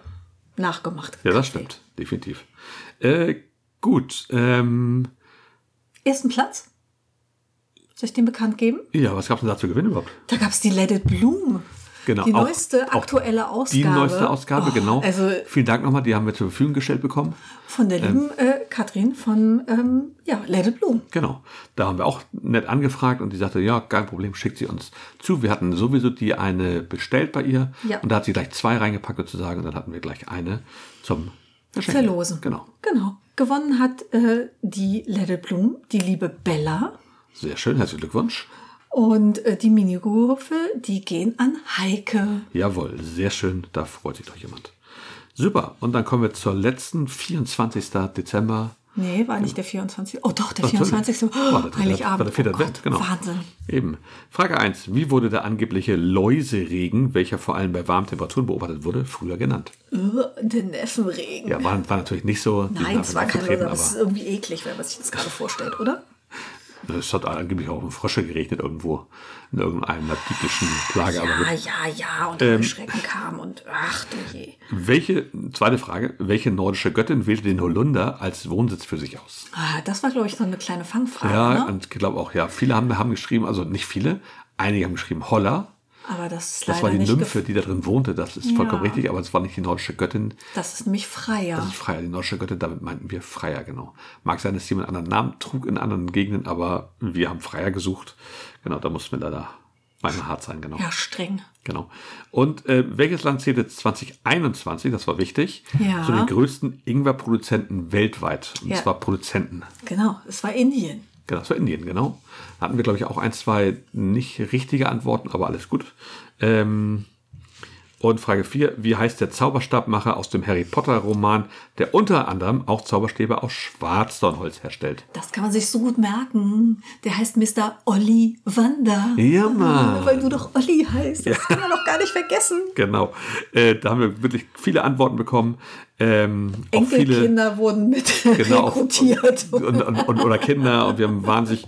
Speaker 1: nachgemachte.
Speaker 2: Ja, das
Speaker 1: Kaffee.
Speaker 2: stimmt, definitiv. Äh, gut, ähm,
Speaker 1: Ersten Platz? Soll ich den bekannt geben?
Speaker 2: ja, was gab es denn da zu gewinnen überhaupt?
Speaker 1: Da gab es die Let It Bloom.
Speaker 2: Genau,
Speaker 1: Die
Speaker 2: auch-
Speaker 1: neueste
Speaker 2: auch
Speaker 1: aktuelle Ausgabe.
Speaker 2: Die neueste Ausgabe,
Speaker 1: Oh,
Speaker 2: genau.
Speaker 1: Also
Speaker 2: Vielen Dank nochmal, die haben wir zur Verfügung gestellt bekommen.
Speaker 1: von der
Speaker 2: Ähm.
Speaker 1: lieben äh, Katrin von ähm, ja, Let It Bloom.
Speaker 2: Genau. Da haben wir auch nett angefragt und die sagte, ja, kein Problem, schickt sie uns zu. Wir hatten sowieso die eine bestellt bei ihr
Speaker 1: Ja.
Speaker 2: und da hat sie gleich zwei reingepackt sozusagen und dann hatten wir gleich eine zum Verschenken.
Speaker 1: Verlosen.
Speaker 2: Genau.
Speaker 1: Genau. Gewonnen hat äh, die Let It Bloom, die liebe Bella.
Speaker 2: Sehr schön, herzlichen Glückwunsch.
Speaker 1: Und äh, die Minigruppe, die gehen an Heike.
Speaker 2: Jawohl, sehr schön, da freut sich doch jemand. Super, und dann kommen wir zur letzten, 24. Dezember.
Speaker 1: Nee, war nicht der 24. Oh doch, der
Speaker 2: Natürlich.
Speaker 1: 24.
Speaker 2: War der-
Speaker 1: Oh, Heiligabend.
Speaker 2: war der vierte
Speaker 1: oh
Speaker 2: Advent,
Speaker 1: Gott,
Speaker 2: genau.
Speaker 1: Wahnsinn.
Speaker 2: Eben. Frage 1. Wie wurde der angebliche Läuseregen, welcher vor allem bei warmen Temperaturen beobachtet wurde, früher genannt?
Speaker 1: Äh, der Neffenregen.
Speaker 2: Ja, war, war natürlich nicht so. die sind
Speaker 1: Nein, es
Speaker 2: einfach
Speaker 1: war keine Ursache.
Speaker 2: aufgetreten,
Speaker 1: aber es ist irgendwie eklig, wenn man sich das gerade vorstellt, oder?
Speaker 2: aber es hat angeblich auch um Frösche geregnet irgendwo. In irgendeiner biblischen Plage. aber
Speaker 1: Ja,
Speaker 2: gut.
Speaker 1: Ah, ja, ja. Und ähm, Schrecken kam und ach du je.
Speaker 2: Welche, zweite Frage. Welche nordische Göttin wählte den Holunder als Wohnsitz für sich aus?
Speaker 1: Ah, das war, glaube ich, so eine kleine Fangfrage.
Speaker 2: Ja,
Speaker 1: ne?
Speaker 2: und ich glaube auch, ja. Viele haben, haben geschrieben, also nicht viele, einige haben geschrieben Holla.
Speaker 1: Aber das ist
Speaker 2: äh, Das
Speaker 1: leider
Speaker 2: war die
Speaker 1: nicht.
Speaker 2: Nymphe,
Speaker 1: Nymphe.
Speaker 2: die da drin wohnte. Das ist vollkommen
Speaker 1: Ja.
Speaker 2: richtig, aber es war nicht die nordische Göttin.
Speaker 1: Das ist nämlich
Speaker 2: Das
Speaker 1: freier.
Speaker 2: ist Freier, die nordische Göttin, damit meinten wir Freier, genau. Mag sein, dass jemand einen anderen Namen trug in anderen Gegenden, aber wir haben Freier gesucht. Genau, da mussten wir leider beim hart sein, genau.
Speaker 1: Ja, streng.
Speaker 2: Genau. Und äh, welches Land zählte 2021, das war wichtig,
Speaker 1: Ja.
Speaker 2: zu den größten Ingwer-Produzenten weltweit? Und
Speaker 1: Ja.
Speaker 2: zwar Produzenten.
Speaker 1: Genau, es war Indien.
Speaker 2: Genau, das war Indien, genau. Da hatten wir, glaube ich, auch ein, zwei nicht richtige Antworten, aber alles gut. Ähm, Und Frage 4, wie heißt der Zauberstabmacher aus dem Harry Potter Roman, der unter anderem auch Zauberstäbe aus Schwarzdornholz herstellt?
Speaker 1: Das kann man sich so gut merken. Der heißt Mr. Olli Wander.
Speaker 2: Ja, Mann.
Speaker 1: Weil du doch Olli heißt. Das kann man doch gar nicht vergessen.
Speaker 2: Genau. Äh, da haben wir wirklich viele Antworten bekommen. Ähm, auch viele,
Speaker 1: Enkelkinder wurden mit
Speaker 2: genau,
Speaker 1: (laughs)
Speaker 2: auf-
Speaker 1: rekrutiert.
Speaker 2: und, und, und, oder Kinder und wir haben wahnsinnig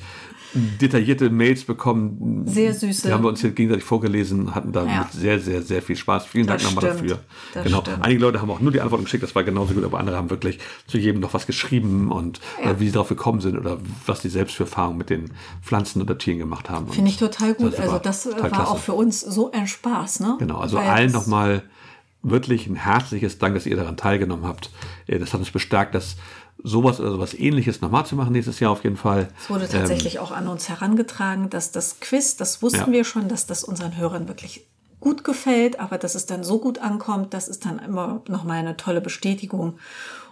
Speaker 2: detaillierte Mails bekommen.
Speaker 1: Sehr süße.
Speaker 2: Die haben wir uns hier gegenseitig vorgelesen, hatten damit
Speaker 1: Ja.
Speaker 2: sehr, sehr, sehr viel Spaß. Vielen
Speaker 1: Das
Speaker 2: Dank nochmal
Speaker 1: stimmt.
Speaker 2: dafür.
Speaker 1: Das
Speaker 2: genau.
Speaker 1: stimmt.
Speaker 2: Einige Leute haben auch nur die Antworten geschickt, das war genauso gut, aber andere haben wirklich zu jedem noch was geschrieben und äh, wie sie darauf gekommen sind oder was sie selbst für Erfahrungen mit den Pflanzen oder Tieren gemacht haben. Und
Speaker 1: Finde ich total gut.
Speaker 2: super.
Speaker 1: also das äh,
Speaker 2: Total
Speaker 1: war
Speaker 2: klasse.
Speaker 1: auch für uns so ein Spaß. Ne?
Speaker 2: Genau, also
Speaker 1: Weil
Speaker 2: allen
Speaker 1: das-
Speaker 2: nochmal wirklich ein herzliches Dank, dass ihr daran teilgenommen habt. Äh, Das hat uns bestärkt, dass sowas oder sowas ähnliches nochmal zu machen nächstes Jahr auf jeden Fall. Ähm,
Speaker 1: Es wurde tatsächlich auch an uns herangetragen, dass das Quiz, das wussten
Speaker 2: Ja.
Speaker 1: wir schon, dass das unseren Hörern wirklich gut gefällt, aber dass es dann so gut ankommt, das ist dann immer nochmal eine tolle Bestätigung.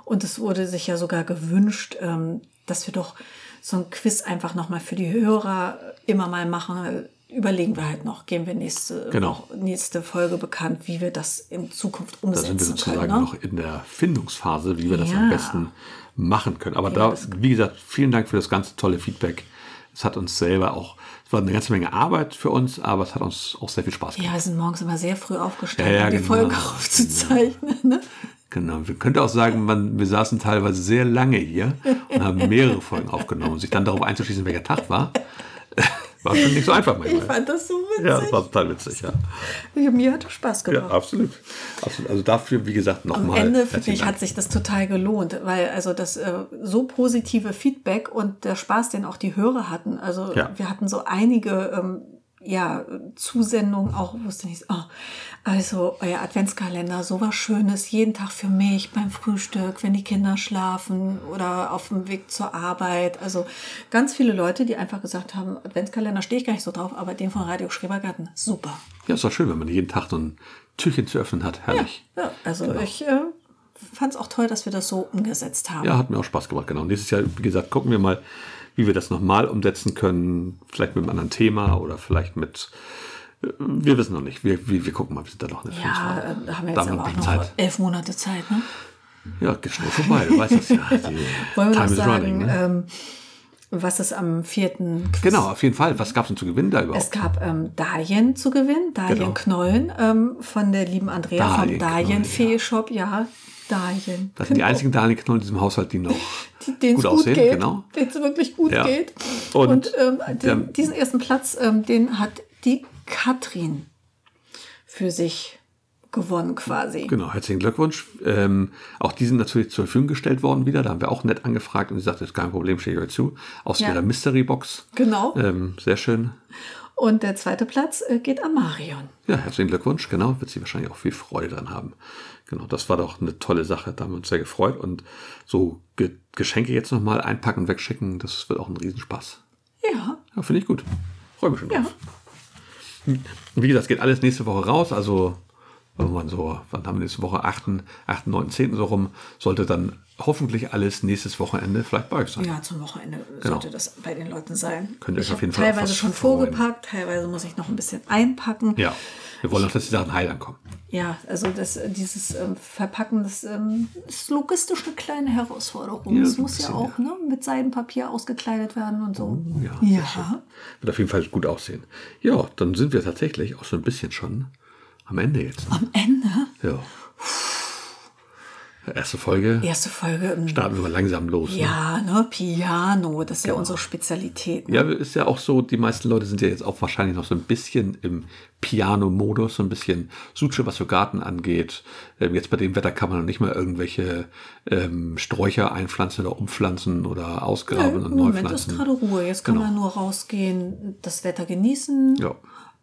Speaker 1: Und es wurde sich ja sogar gewünscht, ähm, dass wir doch so ein Quiz einfach nochmal für die Hörer immer mal machen. Überlegen wir halt noch, geben wir nächste,
Speaker 2: Genau.
Speaker 1: noch nächste Folge bekannt, wie wir das in Zukunft
Speaker 2: da
Speaker 1: umsetzen
Speaker 2: sind wir sozusagen
Speaker 1: können. Ne?
Speaker 2: noch in der Findungsphase, wie wir das
Speaker 1: Ja.
Speaker 2: am besten machen können. Aber da, wie gesagt, vielen Dank für das ganze tolle Feedback. Es hat uns selber auch, es war eine ganze Menge Arbeit für uns, aber es hat uns auch sehr viel Spaß gemacht.
Speaker 1: Ja, wir sind morgens immer sehr früh aufgestanden,
Speaker 2: Ja, ja,
Speaker 1: um die
Speaker 2: genau.
Speaker 1: Folge (laughs) aufzuzeichnen. Ne?
Speaker 2: Genau. Wir könnten auch sagen, man, wir saßen teilweise sehr lange hier und haben mehrere Folgen aufgenommen. Und sich dann darauf einzuschließen, welcher Tag war, (laughs) war schon nicht so einfach
Speaker 1: Ich
Speaker 2: manchmal.
Speaker 1: fand das so witzig.
Speaker 2: Ja, das war total witzig, ja.
Speaker 1: Ja, Mir hat es Spaß
Speaker 2: Ja,
Speaker 1: gemacht.
Speaker 2: absolut. absolut. Also dafür, wie gesagt,
Speaker 1: Am
Speaker 2: nochmal.
Speaker 1: Ende,
Speaker 2: herzlichen
Speaker 1: finde ich,
Speaker 2: Dank.
Speaker 1: hat sich das total gelohnt, weil also das äh, so positive Feedback und der Spaß, den auch die Hörer hatten. Also
Speaker 2: Ja.
Speaker 1: wir hatten so einige ähm, ja, Zusendungen auch, wusste nicht, oh, also euer Adventskalender, sowas Schönes, jeden Tag für mich beim Frühstück, wenn die Kinder schlafen oder auf dem Weg zur Arbeit. Also ganz viele Leute, die einfach gesagt haben, Adventskalender stehe ich gar nicht so drauf, aber den von Radio Schrebergarten, super.
Speaker 2: Ja, ist doch schön, wenn man jeden Tag so ein Türchen zu öffnen hat. Herrlich.
Speaker 1: Ja, also ich äh, fand es auch toll, dass wir das so umgesetzt haben.
Speaker 2: Ja, hat mir auch Spaß gemacht, genau. Nächstes Jahr, wie gesagt, gucken wir mal, wie wir das nochmal umsetzen können. Vielleicht mit einem anderen Thema oder vielleicht mit. äh, Wir wissen noch nicht. Wir, wir, wir gucken mal, wir sind da noch eine
Speaker 1: Ja,
Speaker 2: Findungsphase.
Speaker 1: äh, da haben wir
Speaker 2: Da
Speaker 1: jetzt
Speaker 2: haben
Speaker 1: aber
Speaker 2: wir
Speaker 1: auch
Speaker 2: noch
Speaker 1: noch
Speaker 2: Zeit.
Speaker 1: elf Monate Zeit. Ne?
Speaker 2: Ja, geht schnell vorbei, du weißt
Speaker 1: (laughs)
Speaker 2: das ja. Die
Speaker 1: Wollen wir noch
Speaker 2: is
Speaker 1: sagen,
Speaker 2: ne?
Speaker 1: ähm, was es am vierten Quiz
Speaker 2: Genau, auf jeden Fall. Was gab es denn zu gewinnen da
Speaker 1: Es
Speaker 2: überhaupt?
Speaker 1: gab ähm, Dahlien zu gewinnen, Dahlien
Speaker 2: Genau.
Speaker 1: Knollen ähm, von der lieben Andrea vom
Speaker 2: Dahlien
Speaker 1: Dahlien
Speaker 2: Knollen,
Speaker 1: Fee Shop. Ja, Dahlien.
Speaker 2: Das sind die einzigen Daniel-Knollen in diesem Haushalt,
Speaker 1: (laughs)
Speaker 2: die noch
Speaker 1: denen es
Speaker 2: gut
Speaker 1: gut
Speaker 2: aussehen.
Speaker 1: geht,
Speaker 2: Genau.
Speaker 1: denen es wirklich gut
Speaker 2: Ja.
Speaker 1: geht.
Speaker 2: Und,
Speaker 1: Und, ähm,
Speaker 2: ja.
Speaker 1: den, diesen ersten Platz, ähm, den hat die Katrin für sich gewonnen quasi.
Speaker 2: Genau, herzlichen Glückwunsch. Ähm, auch die sind natürlich zur Verfügung gestellt worden wieder. Da haben wir auch nett angefragt und sie sagte, ist kein Problem, stehe ich euch zu. Aus
Speaker 1: Ja.
Speaker 2: ihrer Mystery-Box.
Speaker 1: Genau.
Speaker 2: Ähm, sehr schön.
Speaker 1: Und der zweite Platz äh, geht an Marion.
Speaker 2: Ja, herzlichen Glückwunsch, genau. Wird sie wahrscheinlich auch viel Freude dran haben. Genau, das war doch eine tolle Sache. Da haben wir uns sehr gefreut. Und so Ge Geschenke jetzt nochmal einpacken, wegschicken, das wird auch ein Riesenspaß.
Speaker 1: Ja,
Speaker 2: Ja, finde ich gut. Freue mich schon
Speaker 1: Ja.
Speaker 2: drauf. Wie gesagt, geht alles nächste Woche raus. Also, wenn man so, wann haben wir nächste Woche? 8., 8., 9., 10. so rum, sollte dann hoffentlich alles nächstes Wochenende vielleicht bei euch sein.
Speaker 1: ja zum Wochenende sollte das bei den Leuten sein.
Speaker 2: Genau. Könnt ihr euch
Speaker 1: ich
Speaker 2: auf
Speaker 1: hab
Speaker 2: jeden Fall auf
Speaker 1: teilweise
Speaker 2: was
Speaker 1: schon
Speaker 2: freuen.
Speaker 1: vorgepackt, teilweise muss ich noch ein bisschen einpacken.
Speaker 2: Ja. Wir wollen auch, dass die Sachen heil ankommen.
Speaker 1: Ja, also das, äh, dieses ähm, Verpacken, das ähm, ist logistisch eine kleine Herausforderung.
Speaker 2: Ja,
Speaker 1: Es
Speaker 2: so ein
Speaker 1: muss ja
Speaker 2: bisschen,
Speaker 1: auch ne, mit Seidenpapier ausgekleidet werden und so.
Speaker 2: Ja, sehr schön.
Speaker 1: ja.
Speaker 2: Wird auf jeden Fall gut aussehen. Ja, dann sind wir tatsächlich auch so ein bisschen schon am Ende jetzt. ne?
Speaker 1: am Ende,
Speaker 2: Ja. Erste Folge.
Speaker 1: erste Folge im
Speaker 2: Starten Genau. wir mal langsam los. Ne?
Speaker 1: ja, ne, Piano, das ist ja unsere Spezialität. Ne?
Speaker 2: Ja, ist ja auch so, die meisten Leute sind ja jetzt auch wahrscheinlich noch so ein bisschen im Piano-Modus, so ein bisschen Suche, was so Garten angeht. Ähm, jetzt bei dem Wetter kann man noch nicht mal irgendwelche ähm, Sträucher einpflanzen oder umpflanzen oder ausgraben und
Speaker 1: Im
Speaker 2: neu
Speaker 1: Moment ist
Speaker 2: pflanzen.
Speaker 1: gerade Ruhe. Jetzt kann man nur rausgehen, das Wetter genießen
Speaker 2: Genau.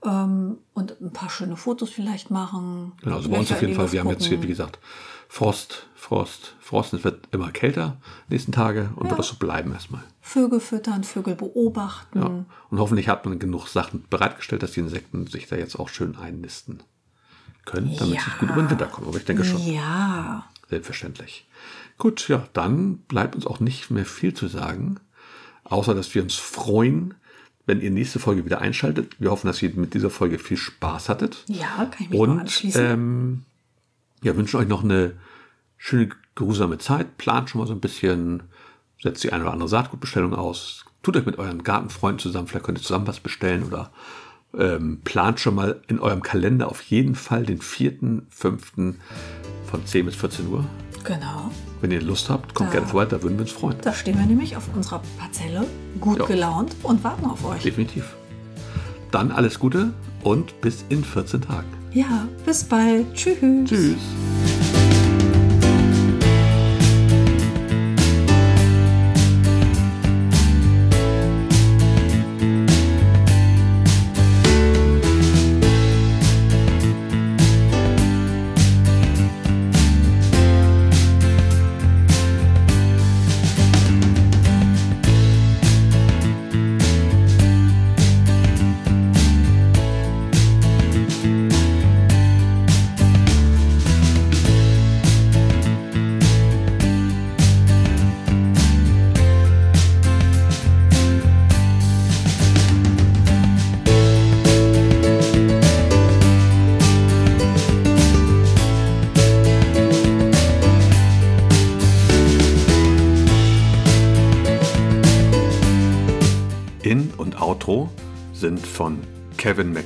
Speaker 2: ja,
Speaker 1: ähm, und ein paar schöne Fotos vielleicht machen.
Speaker 2: genau. Also bei uns
Speaker 1: Löcher
Speaker 2: auf
Speaker 1: in
Speaker 2: jeden
Speaker 1: die
Speaker 2: Fall,
Speaker 1: Luft
Speaker 2: wir haben jetzt hier, wie
Speaker 1: gucken.
Speaker 2: gesagt, Frost, Frost, Frost. Es wird immer kälter die nächsten Tage und wird das so bleiben erstmal.
Speaker 1: Vögel füttern, Vögel beobachten.
Speaker 2: Ja. Und hoffentlich hat man genug Sachen bereitgestellt, dass die Insekten sich da jetzt auch schön einnisten können, damit sie
Speaker 1: Ja.
Speaker 2: gut über den Winter kommen. Aber ich denke schon.
Speaker 1: Ja,
Speaker 2: Selbstverständlich. Gut, ja, dann bleibt uns auch nicht mehr viel zu sagen, außer dass wir uns freuen, wenn ihr nächste Folge wieder einschaltet. Wir hoffen, dass ihr mit dieser Folge viel Spaß hattet.
Speaker 1: Ja, kann ich mich nur
Speaker 2: Und
Speaker 1: anschließen.
Speaker 2: ähm, ja, wünschen euch noch eine schöne, geruhsame Zeit. Plant schon mal so ein bisschen, setzt die eine oder andere Saatgutbestellung aus. Tut euch mit euren Gartenfreunden zusammen, vielleicht könnt ihr zusammen was bestellen oder ähm, plant schon mal in eurem Kalender auf jeden Fall den 4.5. von 10 bis 14 Uhr.
Speaker 1: genau.
Speaker 2: Wenn ihr Lust habt, kommt
Speaker 1: Ja.
Speaker 2: gerne vorbei, da würden wir uns freuen.
Speaker 1: Da stehen wir nämlich auf unserer Parzelle, gut
Speaker 2: Ja.
Speaker 1: gelaunt und warten auf euch.
Speaker 2: Definitiv. Dann alles Gute und bis in 14 Tagen.
Speaker 1: Ja, bis bald. Tschüss.
Speaker 2: Tschüss. In- und Outro sind von Kevin